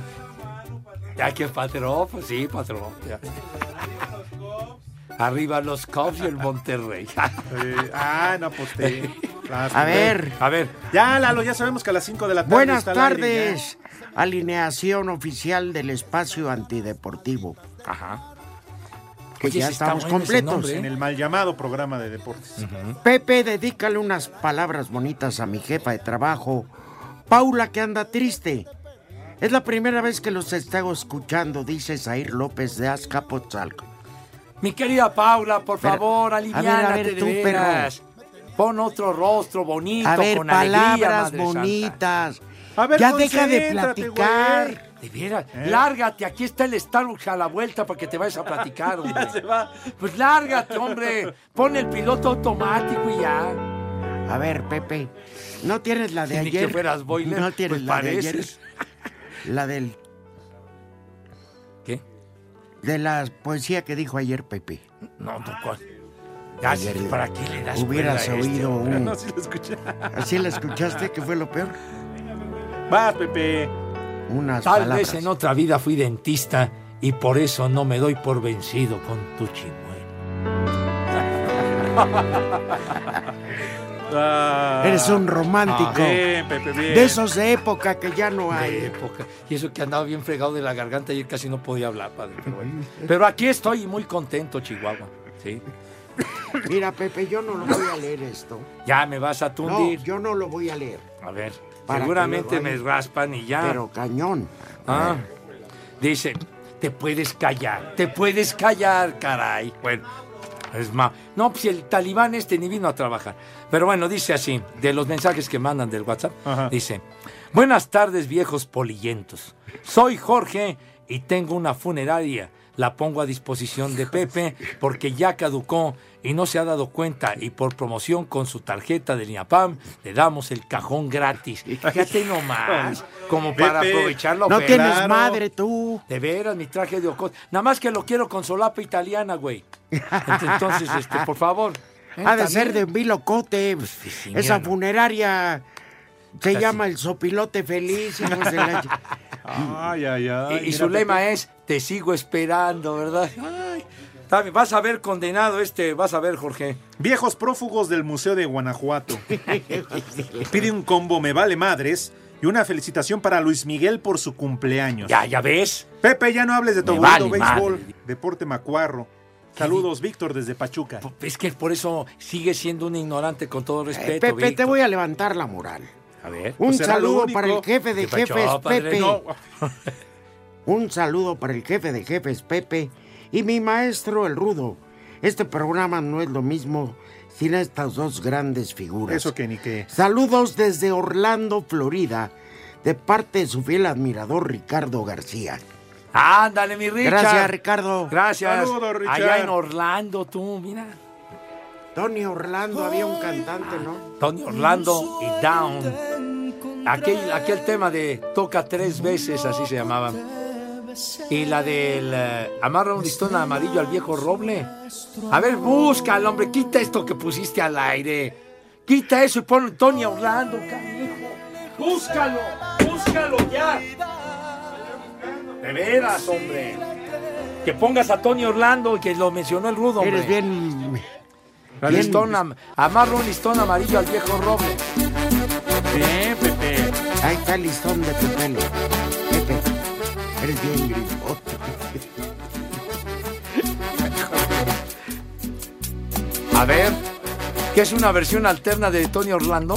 Ya que patrón, pues sí, patrón. ya. Arriba los Cubs y el Monterrey. [laughs]
Eh, ah, no aposté.
A ver.
A ver.
Ya, Lalo, ya sabemos que a las 5 de la tarde.
Buenas
está al aire,
tardes. Alineación oficial del espacio antideportivo.
Ajá.
Pues ya estamos completos.
En el mal llamado programa de deportes.
Pepe, dedícale unas palabras bonitas a mi jefa de trabajo, Paula, que anda triste. Es la primera vez que los estado escuchando, dice Zair López de Azcapotzalco.
Mi querida Paula, por
Pero,
favor,
a ver, a
aliviánate
ver,
de
tú, perro.
veras. Pon otro rostro bonito,
A ver,
con
palabras
alegría, Madre Santa.
bonitas.
A ver,
ya deja de
concéntrate, güey.
platicar.
De veras, lárgate, aquí está el Starbucks a la vuelta para que te vayas a platicar, hombre. Pues lárgate, hombre. Pon el piloto automático y ya.
A ver, Pepe, ¿no tienes la de
Ni
ayer?
que fueras boiler,
no tienes
pues
la de ayer.
pareces.
La del.
¿Qué?
De la poesía que dijo ayer Pepe.
No, tú cuál. Ya, sí,
Ayer
¿para qué le das
Hubieras
cuerda a este,
oído
hombre?
un.
No,
sí lo escuché.
¿Así la escuchaste? que fue lo peor?
Vas, Pepe.
Unas
Tal
palabras.
vez en otra vida fui dentista y por eso no me doy por
[laughs]
vencido con tu chimuelo.
Eres un romántico.
Bien, Pepe, bien.
De esos de época que ya no hay.
de época. Y eso que andaba bien fregado de la garganta y casi no podía hablar, padre. Pero,
[laughs]
bueno. Pero aquí estoy muy contento, Chihuahua. Sí.
Mira, Pepe, yo no lo voy a leer esto.
Ya me vas a
No,
tundir.
yo no lo voy a leer.
A ver,
Para
seguramente
que me
me
vaya.
raspan y ya.
Pero cañón. Eh,
Ah, dice, te puedes callar, te puedes callar, caray. Bueno, es más. No, pues el talibán este ni vino a trabajar. Pero bueno, dice así, de los mensajes que mandan del WhatsApp, dice, buenas tardes viejos polillentos. Soy Jorge y tengo una funeraria. La pongo a disposición de Pepe porque ya caducó y no se ha dado cuenta y por promoción con su tarjeta del INAPAM le damos el cajón gratis. Fíjate nomás, como para
Pepe,
aprovecharlo.
no tienes madre tú.
De veras, mi traje de Ocot. Nada más que lo quiero con solapa italiana, güey. Ent- Entonces, este, por favor. ¿eh?
[laughs] Ha de
También. Pues,
ser de Vilocote. Esa
mira,
funeraria se
Está
llama el Sopilote Feliz. hijos
[laughs]
de la-
Ay, ay, ay.
y y su lema es, te sigo esperando, ¿verdad? Ay, Tami, vas a ver condenado este, vas a ver, Jorge.
Viejos prófugos del Museo de Guanajuato. Pide un combo Me Vale Madres y una felicitación para Luis Miguel por su cumpleaños.
Ya, ya ves.
Pepe, ya no hables de tu
Me
aburrido
vale
béisbol, deporte macuarro. Saludos, Víctor, desde Pachuca.
Es que por eso sigue siendo un ignorante con todo respeto.
Eh, Pepe, te
Víctor.
voy a levantar la moral.
A ver.
Un
pues era lo
saludo
único.
para el jefe de
¿Qué pasó,
jefes,
padre?
Pepe.
No.
Un saludo para el jefe de jefes, Pepe. Y mi maestro, el Rudo. Este programa no es lo mismo sin estas dos grandes figuras.
Eso que ni qué.
Saludos desde Orlando, Florida, de parte de su fiel admirador Ricardo García.
Ándale, mi Richard.
Gracias, Ricardo.
Gracias.
Saludos, Richard.
Allá en Orlando, tú, mira.
Tony Orlando, había un cantante, ¿no?
Tony Orlando y Down. Aquel, aquel tema de Toca tres veces, así se llamaba. Y la del eh, Amarra un listón amarillo al viejo roble. A ver, busca al hombre, quita esto que pusiste al aire. Quita eso y pon Tony Orlando, canijo. Búscalo, búscalo ya. De veras, hombre. Que pongas a Tony Orlando, que lo mencionó el rudo, hombre.
Eres bien.
La
bien-
listón am- amarra un listón amarillo al viejo roble. Bien, Pepe.
Ahí está el listón de tu pelo. Pepe, eres bien grifote.
A ver, que es una versión alterna de Tony Orlando.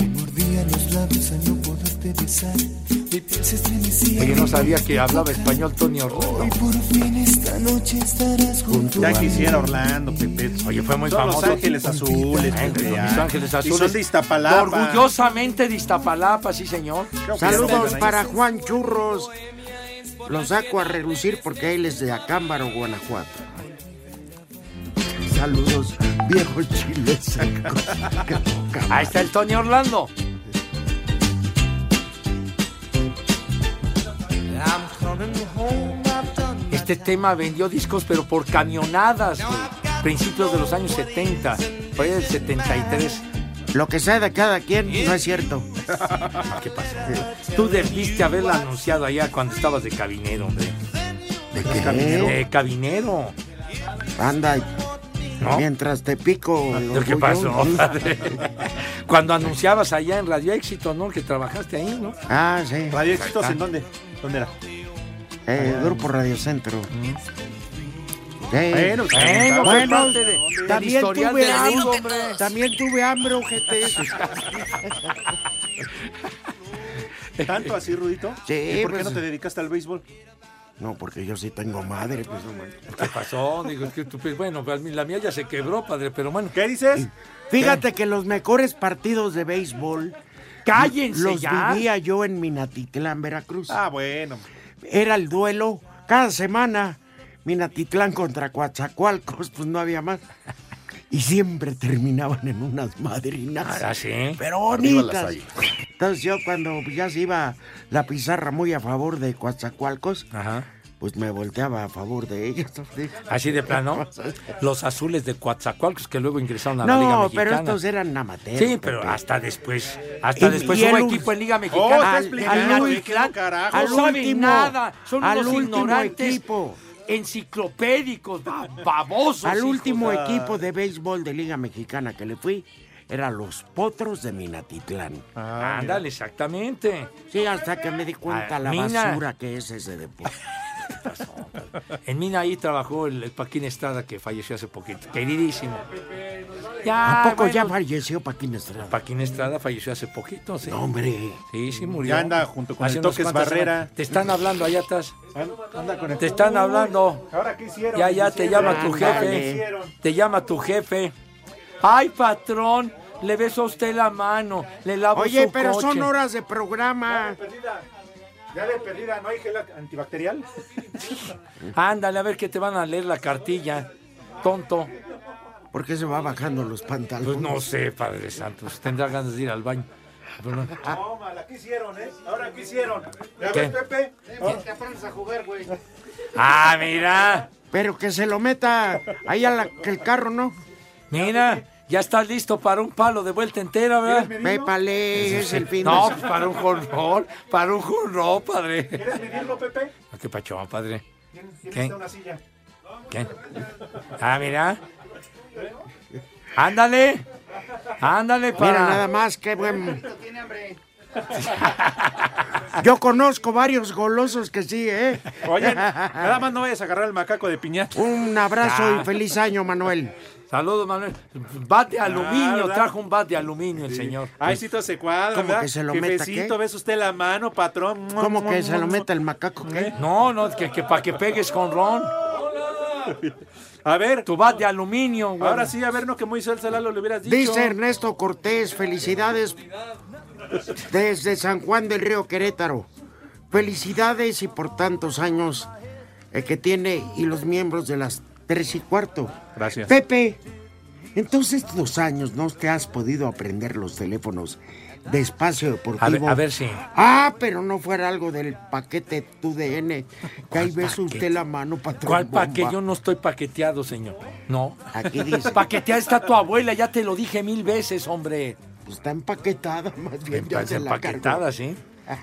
Oye, no sabía que hablaba español Tony Orlando.
Ya quisiera Orlando, Pepe.
Oye, fue muy
Son
famoso.
Los Ángeles Azules, Pepe. ya.
Los Ángeles
Y
Azules.
son de Iztapalapa.
Orgullosamente de Iztapalapa, sí, señor.
Saludos para Juan Churros. Los saco a relucir porque él es de Acámbaro, Guanajuato. Saludos, viejos chiles.
Ahí está el Tony Orlando. Este tema vendió discos, pero por camionadas. güey. Principios de los años 70, por ahí del 73.
Lo que sea de cada quien no es cierto.
¿Qué pasa? Tú debiste haberla anunciado allá cuando estabas de cabinero, hombre.
¿De
De cabinero.
Eh, Anda,
¿No?
mientras te pico. el
¿Qué
orgullo.
pasó? padre? [laughs] Cuando anunciabas allá en Radio Éxito, ¿no? Que trabajaste ahí, ¿no?
Ah, sí.
Radio Éxitos, ¿en dónde? ¿Dónde era?
Eh, Grupo Radio Centro.
Mm.
Sí.
Bueno, pues,
bueno,
bueno,
parte de- también
historial
tuve
del mundo,
hambre.
hombre.
También tuve hambre, ojete.
¿Tanto así, Rudito?
Sí,
¿Y por qué
pues-
no te dedicaste al béisbol?
No, porque yo sí tengo madre, pues no manches.
¿Qué pasó? Digo, es que tú, pues, bueno, pues, la mía ya se quebró, padre, pero bueno.
¿Qué dices?
Fíjate que los mejores partidos de béisbol.
Cállense
Los
ya.
vivía yo en Minatitlán, Veracruz.
Ah, bueno.
Era el duelo cada semana. Minatitlán contra Coatzacoalcos, pues no había más. Y siempre terminaban en unas madrinas.
Ah, sí.
Pero
Arriba las
bonitas. Entonces yo cuando ya se iba la pizarra muy a favor de Coatzacoalcos, pues me volteaba a favor de ellos.
Así de plano. Los azules de Coatzacoalcos que luego ingresaron a la Liga
No,
Mexicana.
pero estos eran amateurs.
Sí, pero hasta después, hasta
Y-
después
y
hubo
el
equipo
ul-
en Liga
Oh, está
Mexicana.
explicando,
al-
¿de qué
al-
carajo?
al
No saben
último,
nada,
son
al
unos
último
ignorantes,
equipo.
enciclopédicos, ba- babosos.
Al
hijos
último
de-
equipo de béisbol de Liga Mexicana que le fui, Era los potros de Minatitlán.
Ah, Ándale, exactamente.
Sí, hasta que me di cuenta
Ah,
la
Mina.
basura que es ese deporte.
En Mina ahí trabajó el, el Paquín Estrada que falleció hace poquito. Queridísimo.
¿A poco
Ah, bueno,
ya falleció Paquín Estrada?
Paquín Estrada falleció hace poquito, sí.
No, hombre.
Sí, sí murió.
Ya anda junto con el
unas
Toques
cuantas
Barrera.
semanas. Te están hablando allá atrás.
Anda con el-
Te están
Uy,
hablando.
¿Ahora qué hicieron?
Ya, ya, te llama tu
¿Qué
jefe.
hicieron?
Te llama tu jefe. Ay, patrón, le beso a usted la mano, le lavo
Oye,
su
pero
coche.
son horas de programa.
Ya de perdida, ¿no hay gel antibacterial?
Ándale, a ver que te van a leer la cartilla, tonto.
¿Por qué se va bajando los pantalones?
Pues no sé, Padre Santo, pues tendrá ganas de ir al baño. Pero no.
Tómala, ¿qué hicieron, eh? ¿Ahora qué hicieron? ¿Ya
¿Qué?
ves, Pepe? Ahora-
Ah, mira.
Pero que se lo meta ahí a la- que el carro, ¿no?
Mira, ya estás listo para un palo de vuelta entera, ¿verdad?
Pépale, es el fin de
No,
se-
pues para un jonrón, para un jonrón, padre.
¿Quieres medirlo, Pepe?
Ah, ¿Qué pachón, padre?
¿Tienes
¿Qué?
está una silla?
¿Qué? Ah, mira. Ándale. Ándale para.
Mira nada más, qué buen. [laughs] Yo conozco varios golosos que sí, ¿eh?
[laughs] Oye, nada más no vayas a agarrar el macaco de piñata.
Un abrazo
Ah.
y feliz año, Manuel.
Saludos, Manuel. Bat de aluminio,
¿verdad?
trajo un bat de aluminio el señor.
Ay, sí, todo se cuadra,
¿Cómo
¿verdad?
que se lo meta,
Jefecito,
qué?
ves usted la mano, patrón.
¿Cómo que se lo meta el macaco?
¿eh?
¿Qué?
No, no, que, que para que pegues con Ron.
A ver,
Tu bat de aluminio, güey.
ahora sí, a ver, no que muy salsa Lalo le hubieras dicho.
Dice Ernesto Cortés, felicidades desde San Juan del Río Querétaro. Felicidades y por tantos años eh, que tiene y los miembros de las tres y cuarto.
Gracias.
Pepe, entonces dos años no te has podido aprender los teléfonos de espacio
A ver,
deportivo.
a ver si.
Ah, pero no fuera algo del paquete tu DN. Que ahí besa usted la mano, patrón.
¿Cuál
bomba.
paquete? Yo no estoy paqueteado, señor. No. [laughs]
Aquí dice.
Paqueteada está tu abuela, ya te lo dije mil veces, hombre.
Pues está empaquetada, más bien. ya
Estás
se la cargó. Ah.
empaquetada, ¿sí?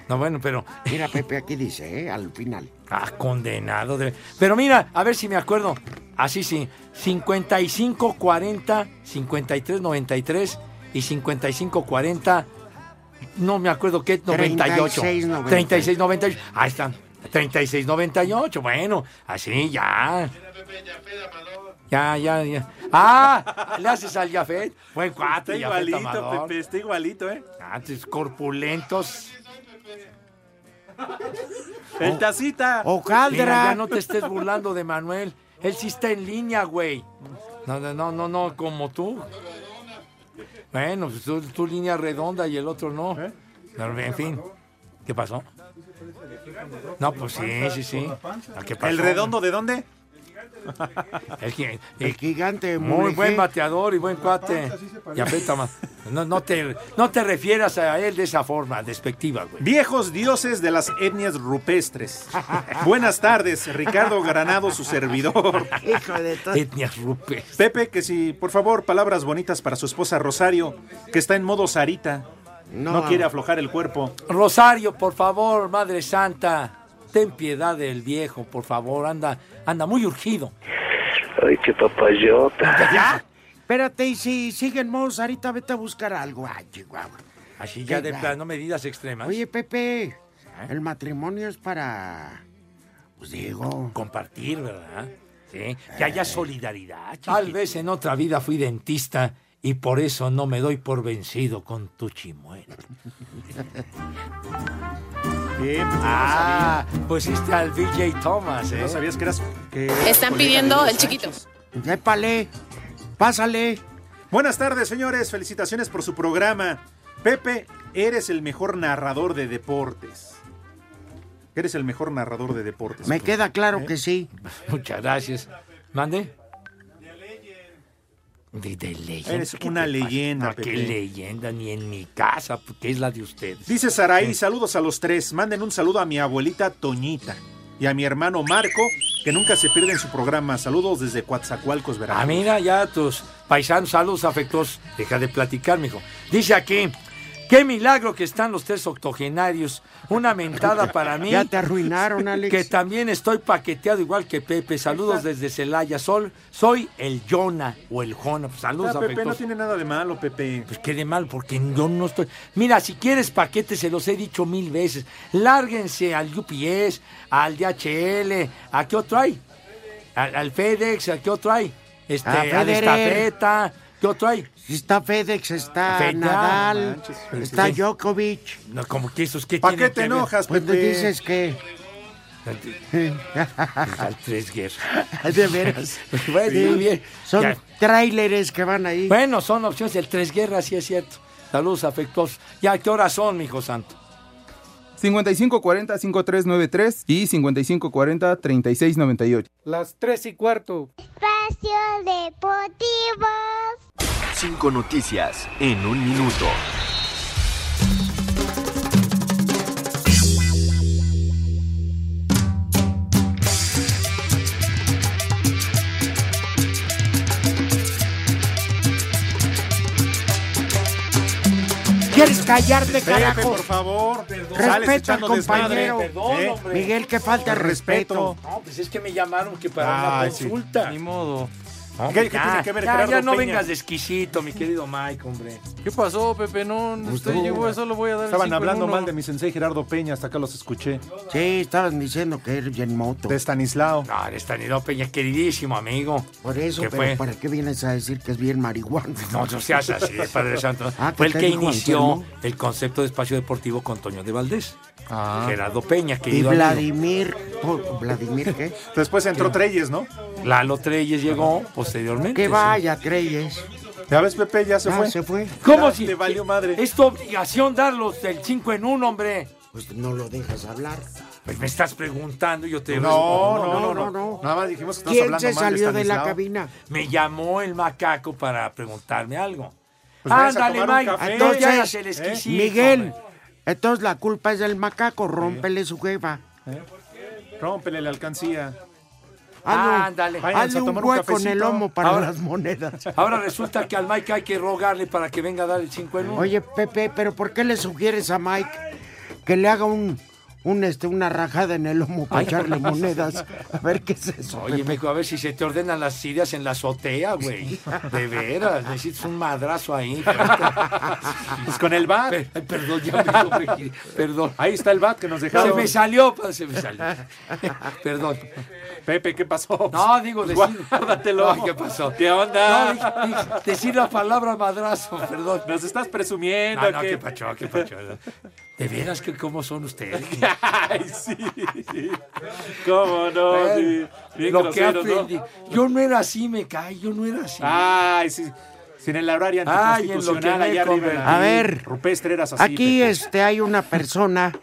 No, bueno, pero.
Mira, Pepe, aquí dice, ¿eh? al final.
Ah, condenado. de- Pero mira, a ver si me acuerdo. Así sí. 55 40 53 93 y 55 40 no me acuerdo qué 98.
36, 98.
36 98. Ahí están. 36 98. Bueno, así ya. Ya, ya, ya. Ah, le haces al Jafet. Buen
Está
cuate, Jafet
igualito,
Amador.
Pepe, está igualito, ¿eh?
Ah, tus corpulentos. Oh.
El tacita.
¡O
Mira,
Caldra!
ya no te estés burlando de Manuel. Él sí está en línea, güey. No, no, no, no, no, como tú. Bueno, pues tú, tú línea redonda y el otro no. Pero, en fin, ¿qué pasó? No, pues sí, sí, sí. Ah, ¿qué pasó?
¿El redondo de dónde?
El que-
El
el-
gigante
muy
Mulegé.
buen bateador y buen cuate. Y apeta más. No, no, te, no te refieras a él de esa forma despectiva, güey.
Viejos dioses de las etnias [laughs] rupestres. Buenas tardes, Ricardo Granado, su servidor.
[laughs]
Hijo de todo.
Etnias rupes.
Pepe, que si, por favor, palabras bonitas para su esposa Rosario, que está en modo Sarita. No, quiere aflojar el cuerpo.
Rosario, por favor, Madre Santa, ten piedad del viejo, por favor, anda, anda muy urgido.
Ay, qué papayota.
¿Ya? Espérate, y si siguen mos, ahorita vete a buscar algo. Ay, Chihuahua.
Así ya de
Venga.
plano medidas extremas.
Oye,
¿Eh?
Pepe, el matrimonio es para. Pues digo.
compartir, ¿verdad? Sí, que haya solidaridad. Tal vez en otra vida fui dentista y por eso no me doy por vencido con tu chimuelo.
Bien, pues,
Ah, pusiste al BJ Thomas, ¿eh?
no sabías que eras... que eras
Están
colega
pidiendo
de
el chiquito.
Épale, pásale.
Buenas tardes, señores. Felicitaciones por su programa. Pepe, eres el mejor narrador de deportes. Eres el mejor narrador de deportes.
Me
Este,
Pepe.
queda
¿eh?
claro que sí.
[laughs] Muchas gracias. ¿Mande? De, de leyenda.
Eres
¿Qué
una
te pasa?
leyenda,
No, ¿Qué
Pepe.
leyenda? Ni en mi casa, que es la de ustedes.
Dice Saraí, saludos a los tres. Manden un saludo a mi abuelita Toñita y a mi hermano Marco, que nunca se pierden su programa. Saludos desde Coatzacoalcos, Veracruz.
Ah, mira, ya tus paisanos, saludos afectuosos. Deja de platicar, mijo. Dice aquí, Qué milagro que están los tres octogenarios.
[laughs]
Una mentada para mí.
Ya
[laughs]
te arruinaron, Alex.
Que también estoy paqueteado igual que Pepe. Saludos desde Celaya. Sol, soy el Jonah o el Jona. Saludos
Ah, Pepe, no
afectuosos.
tiene nada de malo, Pepe.
Pues qué de mal, porque yo no estoy. Mira, si quieres paquetes, se los he dicho mil veces. Lárguense al UPS, al DHL, ¿a qué otro hay? Al, al FedEx, ¿a qué otro hay? Este,
A
a la
Federer.
estafeta, ¿qué otro hay?
Está FedEx, está
Fedal,
Nadal,
manches,
está
Pepe.
Djokovic.
No, como que esos que
¿Pa'
tienen
qué te
que ver?
enojas, Pues, Pepe? dices que- [laughs]
Al tres guerras.
De veras.
Bueno,
Sí.
muy bien.
Son
Ya. Pues,
tráileres que van ahí.
Bueno, son opciones. El tres guerras, sí es cierto. Saludos afectuosos. ¿Ya qué horas son, mijo santo?
5540-5393 y 5540-3698.
Las tres y cuarto.
Espacio Deportivo.
Cinco noticias en un minuto.
¿Quieres callarte,
Pepe,
carajo?
por favor. Sales
Respeta al
echando desmadre.
compañero.
Perdón,
¿Eh?
hombre.
Miguel, que falta de respeto.
No, pues es que me llamaron que para
Ay,
una
sí.
consulta. Ni
modo.
Hombre, ya, ya, ya no vengas de exquisito, mi querido Mike, hombre.
¿Qué pasó, Pepe? No, no estoy, yo voy- solo voy a dar el
Estaban
cinco en
hablando
uno.
mal de mi sensei Gerardo Peña, hasta acá los escuché.
Sí, estaban diciendo que eres bien moto.
De Stanislao.
No, eres Stanislao Peña, queridísimo amigo.
Por eso,
¿Qué
pero
fue?
¿para qué vienes a decir que es bien marihuana?
No, no seas
[laughs]
así, Padre Santo.
Ah, ¿qué
Fue el
te
que
dijo
inició
Anselmo?
el concepto de espacio deportivo con Toño de Valdés. Gerardo Peña,
Ah. Y
querido amigo.
Vladimir. po- ¿Vladimir qué?
Después entró
¿Qué?
Treyes, ¿no?
Lalo Treyes llegó posteriormente.
Ah. Que
sí.
vaya, Treyes.
Ya ves, Pepe, ya se
Ya
fue.
Ah, se fue.
¿Cómo
Ya
si?
Te valió madre.
Es tu obligación darlos del 5 en 1, hombre.
Pues no lo dejas hablar.
Pues me estás preguntando, yo te
No,
respondo.
no, no, no, Nada más dijimos que estamos
¿Quién
hablando
se
mal
salió de la
Stanislao.
cabina?
Me llamó el macaco para preguntarme algo.
Pues vayas a
Ándale,
tomar un
Mike.
café.
Entonces, ya
Entonces, ¿Eh?
eras el exquisito.
Miguel, entonces la culpa es del macaco. Rómpele su jeva.
Rómpele la alcancía.
Hazle,
Ándale.
Ah, hazle
Váyanse a
un
tomar un
hueco en
cafecito.
el lomo para
Ahora-
las monedas.
Ahora resulta que al Mike hay que rogarle para que venga a dar el 5 en 1.
Oye, Pepe, ¿pero por qué le sugieres a Mike que le haga un, un este, una rajada en el lomo para
Ay.
echarle monedas? A ver qué es eso.
Oye,
Pepe.
mijo, a ver si se te ordenan las ideas en la azotea, güey. De veras, necesitas un madrazo
[laughs]
ahí.
Pues con el bat.
Ay, perdón, ya me [laughs] sobregiré. Perdón.
Ahí está el bat que nos
Se
dejaron.
me salió, pa, se me
[laughs]
salió. Perdón.
Pepe, ¿qué pasó?
No, digo, decir.
Guárdatelo.
Ay, ¿qué pasó?
¿Qué
No,
onda?
dije- dije- decir la palabra madrazo, perdón.
Nos estás presumiendo.
No, no,
que-
qué pacho, qué pacho. De veras que cómo son [laughs] ustedes.
[laughs] Ay, sí. ¿Cómo no? Sí. Bien
lo que
groseros, ¿no?
aprendí. Yo no Ah, era así, me cae, yo no era así.
Ay, sí. Sin el horario
Ay, en lo que
anticonstitucional
me
allá arriba.
convertí.
A ver.
Rupestre eras así.
Aquí
Pepe.
este, hay una persona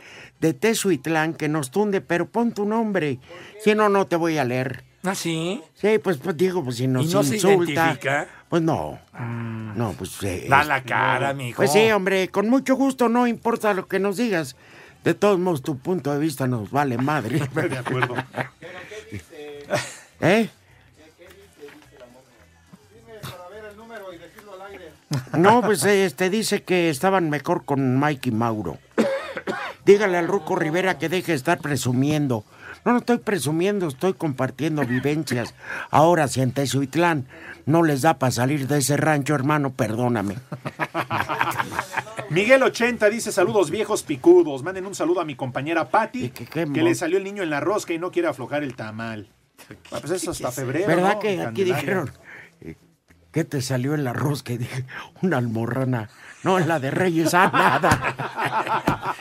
de Tezuitlán que nos tunde, pero pon tu nombre. Si no, no te voy a leer.
¿Ah, sí?
Sí, pues, pues, digo, pues si nos
no se
insulta.
identifica? Ah.
pues no. No, pues. eh,
Da la cara, mijo.
Pues sí, hombre, con mucho gusto, no importa lo que nos digas. De todos modos, tu punto de vista nos vale madre.
[laughs]
De acuerdo.
¿Eh? No, pues este dice que estaban mejor con Mike y Mauro. Dígale al Ruco Rivera que deje de estar presumiendo. No, no estoy presumiendo, estoy compartiendo vivencias. Ahora si en Tezuitlán no les da para salir de ese rancho, hermano, perdóname.
Miguel 80 dice saludos viejos picudos. Manden un saludo a mi compañera Patti, que,
mo-
le salió el niño en la rosca y no quiere aflojar el tamal. Ah, pues eso hasta febrero.
¿Verdad
¿no?
que
En
aquí
Candelaria.
dijeron que te salió el arroz? Que dije, una almorrana. No, la de Reyes, ah,
[laughs]
nada.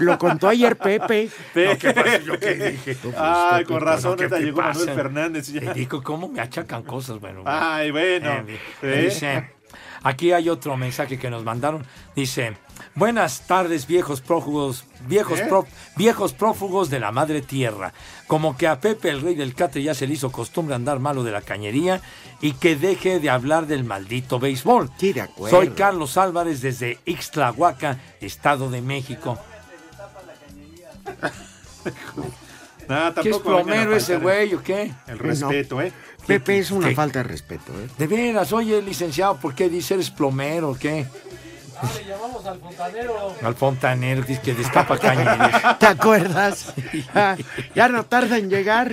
Lo contó ayer Pepe.
Lo que pasa es lo que dije.
Ay, con
Pero
razón,
¿qué
ahorita
te
llegó Manuel
pasa?
Fernández y ya.
Te digo cómo me achacan cosas, bueno.
Ay, bueno.
Eh,
¿eh?
dice, aquí hay otro mensaje que nos mandaron. Dice, buenas tardes, viejos prófugos, viejos,
¿Eh?
pró- viejos prófugos de la madre tierra. Como que a Pepe, el rey del catre, ya se le hizo costumbre andar malo de la cañería y que deje de hablar del maldito béisbol.
Sí, de acuerdo.
Soy Carlos Álvarez desde Ixtlahuaca, Estado de México.
Nah,
¿Qué es
tampoco vengan a
plomero ese
faltar
güey o qué?
El respeto, ¿eh?
Pepe es una
¿Qué?
falta de respeto, ¿eh?
De veras, oye, licenciado, ¿por qué dice eres plomero o qué?
Ah, le llamamos al fontanero.
Al fontanero, dice que
[laughs]
destapa cañerías.
¿Te acuerdas? Ah, ya no tarda en llegar.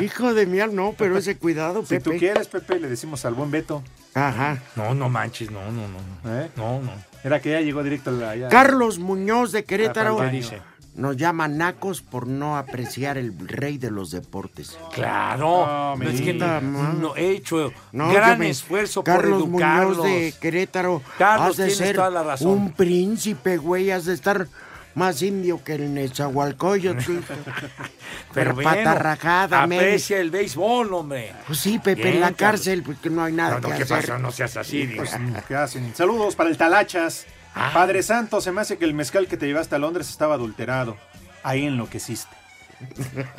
Hijo de mi alma, no, pero ese cuidado,
Si tú
Pepe.
quieres, Pepe, le decimos al buen Beto.
Ajá.
No, no manches, no, no, no. No, no.
Era que ya llegó directo a la. ya-
Carlos Muñoz de
Ah,
Querétaro
¿qué dice?
nos llama nacos por no apreciar el rey de los deportes.
Claro, no, es que no,
Puta madre.
no he hecho
No, yo
gran
me-
esfuerzo
Carlos
por educarlos.
Muñoz de Querétaro.
Carlos,
has de
tienes
ser
toda la razón.
un príncipe, güey. Has de estar más indio que
[laughs]
el Nezahualcóyotl. Pero
bueno,
patarrajada, men.
Aprecia el béisbol, hombre.
Pues sí, Pepe, en
Bien,
la
Carlos.
cárcel, porque no hay nada
No, no,
que
¿qué
hacer.
pasó? No seas así, diga.
Pues, ¿qué hacen? Saludos para el Talachas.
Ah.
Padre Santo, se me hace que el mezcal que te llevaste a Londres estaba adulterado. Ahí enloqueciste.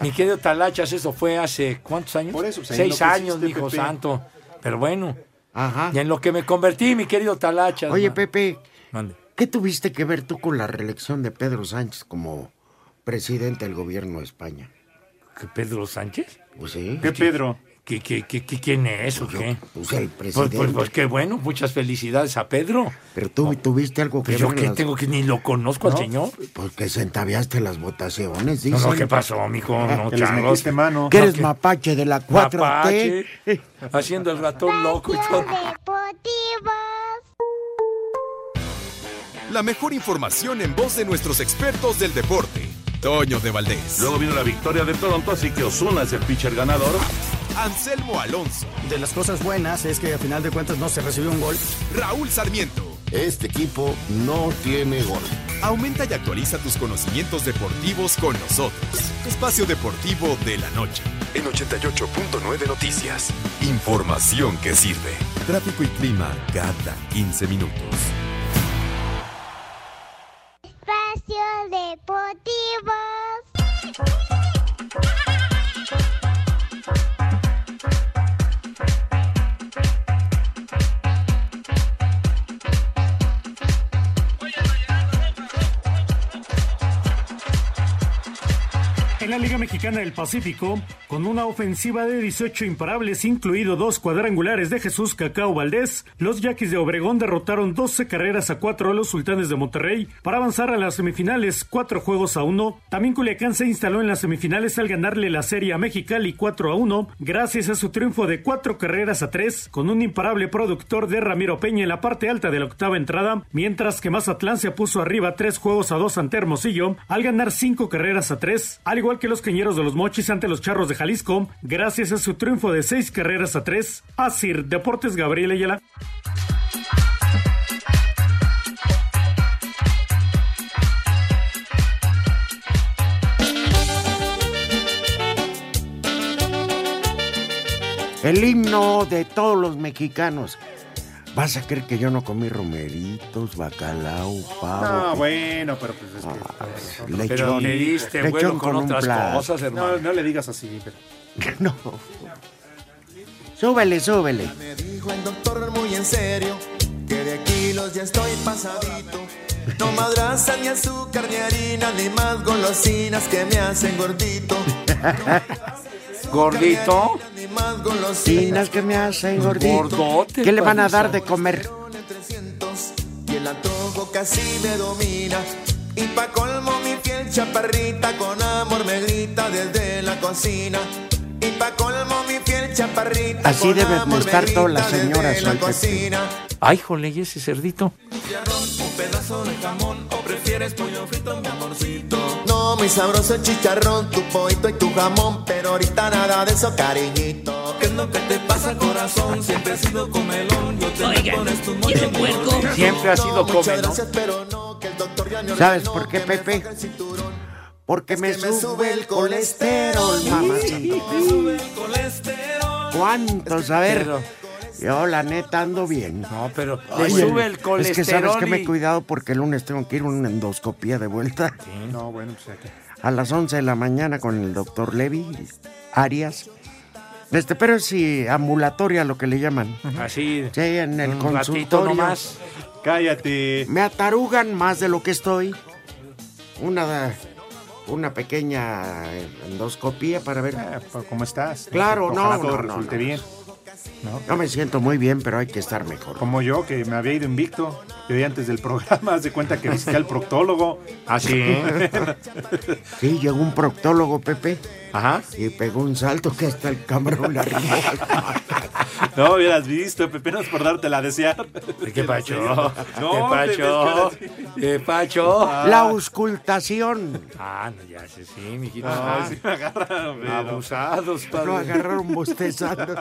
Mi querido Talachas, eso fue hace cuántos años?
Por eso, pues, ahí
Seis
enloqueciste,
años, mi hijo
Pepe.
santo. Pero bueno. Y en lo que me convertí, mi querido Talachas.
Oye,
man.
Pepe,
Mande.
¿qué tuviste que ver tú con la reelección de Pedro Sánchez como presidente del gobierno de España?
¿Qué, ¿Pedro Sánchez?
Pues sí.
¿Qué Pedro?
¿Qué, qué, qué, qué- quién es o qué?
pues,
Pues- Pues,
el presidente.
pues qué bueno, muchas felicidades a Pedro.
Pero tú tuviste algo que
Pues yo
ver en
qué
las-
tengo que ni lo conozco al
¿No?
señor.
Pues que se entaviaste las votaciones,
No,
dicen.
no, ¿qué pasó, mijo? No,
Ah, Que les
changos.
metiste Que eres mapache de la 4T.
Mapache,
[laughs]
haciendo el ratón loco y todo.
La mejor información en voz de nuestros expertos del deporte. Toño de Valdés.
Luego vino la victoria de Toronto, así que Osuna es el pitcher ganador.
Anselmo Alonso.
De las cosas buenas es que a final de cuentas no se recibió un gol.
Raúl Sarmiento.
Este equipo no tiene gol.
Aumenta y actualiza tus conocimientos deportivos con nosotros. Espacio Deportivo de la Noche. En 88.9 Noticias. Información que sirve. Tráfico y clima cada 15 minutos.
Espacio Deportivo.
En la Liga Mexicana del Pacífico, con una ofensiva de 18 imparables, incluido dos cuadrangulares de Jesús Cacao Valdés, los Yaquis de Obregón derrotaron 12 carreras a 4 a los Sultanes de Monterrey para avanzar a las semifinales, 4 juegos a 1. También Culiacán se instaló en las semifinales al ganarle la Serie a Mexicali 4 a 1, gracias a su triunfo de 4 carreras a 3, con un imparable productor de Ramiro Peña en la parte alta de la octava entrada, mientras que Mazatlán se puso arriba 3 juegos a 2 ante Hermosillo, al ganar 5 carreras a 3, al igual que los Cañeros de los Mochis ante los Charros de Jalisco, gracias a su triunfo de 6 carreras a 3. Asir, Deportes Gabriel Ayala.
El himno de todos los mexicanos. Vas a creer que yo no comí romeritos, bacalao, pavo.
No, Ah,
[laughs]
bueno, pero pues es que.
lechón.
Pero le diste
Lechón
vuelo con,
con un
otras
plato.
cosas, hermano.
No, no le digas así, pero.
No. Súbele, súbele.
Me dijo el doctor muy en serio que de kilos ya estoy pasadito. No madraza ni azúcar ni harina ni más golosinas que me hacen gordito.
Gordito.
Ni más golosinas
Tinas que me hacen gordito.
Gordote,
¿Qué le van a dar
panza.
de comer?
y el antojo casi me domina. Y pa' colmo mi fiel chaparrita con amor me grita desde la cocina. Y pa' colmo mi fiel chaparrita
Así
con
deben de
amor me
estar todas
grita
las señoras
desde la
hoy, Pepe.
cocina.
Ay, jole, ¿y ese cerdito?
Un pedazo de jamón o prefieres pollo frito, mi amorcito. No, muy sabroso el chicharrón, tu pollito y tu jamón, pero ahorita nada de eso, cariñito. ¿Qué es lo que te pasa, corazón? Siempre has sido comelón, yo te me pones tu moño puerco.
Siempre ha sido
Muchas
come, ¿no?
gracias, pero no, que el doctor ya me
¿Sabes
ordenó
por qué,
que me
Pepe?
toque el cinturón.
Porque me,
Es que me
sube el colesterol,
Me sube
mamacita.
el colesterol.
¿Cuántos? A ver. Yo, la neta, ando bien.
No, pero le
Oye,
sube el
Es que sabes
colesterol
que me he
y-
cuidado porque el lunes tengo que ir a una endoscopía de vuelta.
No, bueno, pues aquí.
a las 11 de la mañana con el doctor Levy Arias. Este, pero es sí, ambulatoria lo que le llaman.
Así.
Sí, en el
Mm. Un ratito
consultorio.
nomás.
Cállate.
Me atarugan más de lo que estoy. Una, una pequeña endoscopía para ver.
Eh, pues, ¿Cómo estás?
Claro,
Ojalá
no,
todo
no, no,
resulte
no.
bien. ¿no?
No me siento muy bien, pero hay que estar mejor.
Como yo, que me había ido invicto. Yo ya antes del [laughs] programa, haz de cuenta que visité al proctólogo.
¿Ah, sí? sí, llegó un proctólogo, Pepe. Ajá. Y pegó un salto que hasta el camarón la arribó.
No hubieras visto, Pepe, no es por dártela a desear. [laughs]
¿Qué pacho? ¿Qué
No, te
pacho?
ves
¿Qué pacho?
La auscultación.
Ah, no, ya sé, sí, mijito.
Ah, sí
me agarraron, pero-
Abusados, padre.
Lo agarraron bostezando.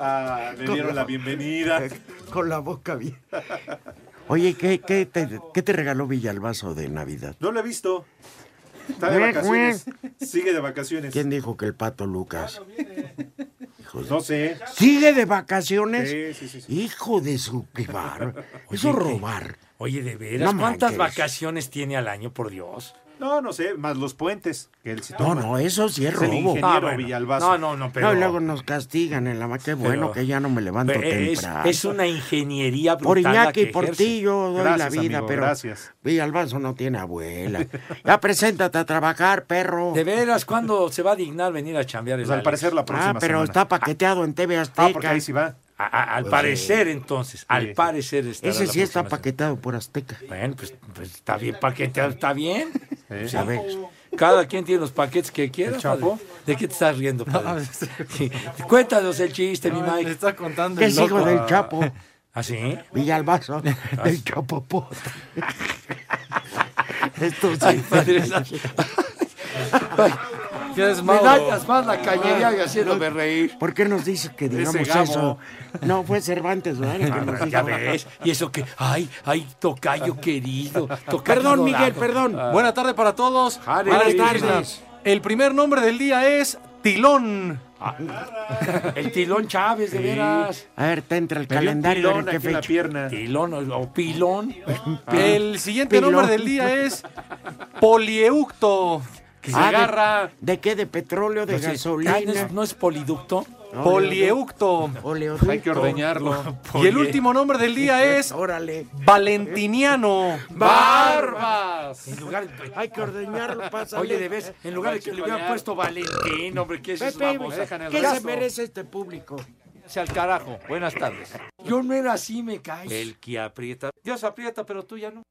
Ah, me dieron la bienvenida.
Con la boca bien. Oye, ¿qué, qué te, qué te regaló Villalbazo de Navidad?
[laughs] No lo he visto. Está de
Güey,
vacaciones. Sigue de vacaciones.
¿Quién dijo que el pato Lucas?
No sé.
¿Sigue de vacaciones?
Sí, sí, sí, sí.
Hijo de su
[laughs]
privar. Eso es
Oye,
robar.
Oye, de veras,
No
¿cuántas
manches.
vacaciones tiene al año, por Dios?
No, no sé, más los puentes. Que él sí
No,
toma.
no, eso sí es
Es el
robo.
ingeniero Ah, bueno. Villalbazo.
No, no, no, pero-
No, y luego nos castigan en la ma- Qué bueno
Pero-
que ya no me levanto
Ve, Es,
temprano.
es una ingeniería brutal
Por
la
Iñaki y
que
por
ejerce.
ti yo doy la
Gracias,
vida,
amigo,
pero
gracias.
Villalbazo no tiene abuela. Ya preséntate a trabajar, perro.
De veras, ¿cuándo se va a dignar venir a chambear? el
Pues, al
Alex?
parecer la próxima
Ah, pero
semana.
está paqueteado en TV Azteca.
Ah, porque ahí sí va.
A- a- al
Pues,
parecer, entonces, al parecer estará
Ese
la
sí está
próxima
paqueteado por Azteca.
semana. Bueno, pues, pues, está bien paqueteado, está bien.
Pues, a ver.
Cada quien tiene los paquetes que quiera.
¿El Chapo?
padre. ¿De qué te estás riendo, padre? Sí. Cuéntanos el chiste, mi Mike.
está contando
¿Qué es hijo del Chapo?
¿Ah, sí?
[laughs]
Villalbazo. El Chapo Pota. Esto sí.
Ay, padre, [laughs] Ay,
¿Quieres
me
Mauro?
dañas más la cañería y haciéndome reír.
¿Por qué nos dice que digamos
Gabo.
eso? No, fue Cervantes, ¿verdad? El que
Ah,
nos
bueno,
dijo.
ya ves, y eso que, ay, ay, tocayo querido. tocayo
Perdón,
dorado.
Miguel, perdón.
Ah.
Buena tarde para todos.
Hare
Buenas
Krishna.
tardes. El primer nombre del día es Tilón.
Ah. El tilón Chávez, de
Sí.
veras.
A ver, te entra
Me
el
dio un
calendario.
pilón
¿En qué
aquí en la
fecha?
Tilón o, o pilón. Ah.
El siguiente nombre del día es Polieducto. Que se
Ah, de-
agarra
¿De, qué? ¿De petróleo? ¿De
No sé.
gasolina?
Ah, ¿no es-
Pues ¿No es poliducto?
Polieducto.
Oleoducto.
Hay que
ordeñarlo.
Y el último nombre del día es
Pues, Órale.
Valentiniano.
¡Barbas! En lugar,
Hay que ordeñarlo, pásale.
oye, eh, de vez, en lugar de que le hubieran puesto Valentín, hombre, ¿qué es eso?
Pepe, pues, ¿qué se
caso?
merece este público?
al carajo. Buenas tardes.
Yo no era así, me caes.
El que aprieta. Dios aprieta, pero tú ya no.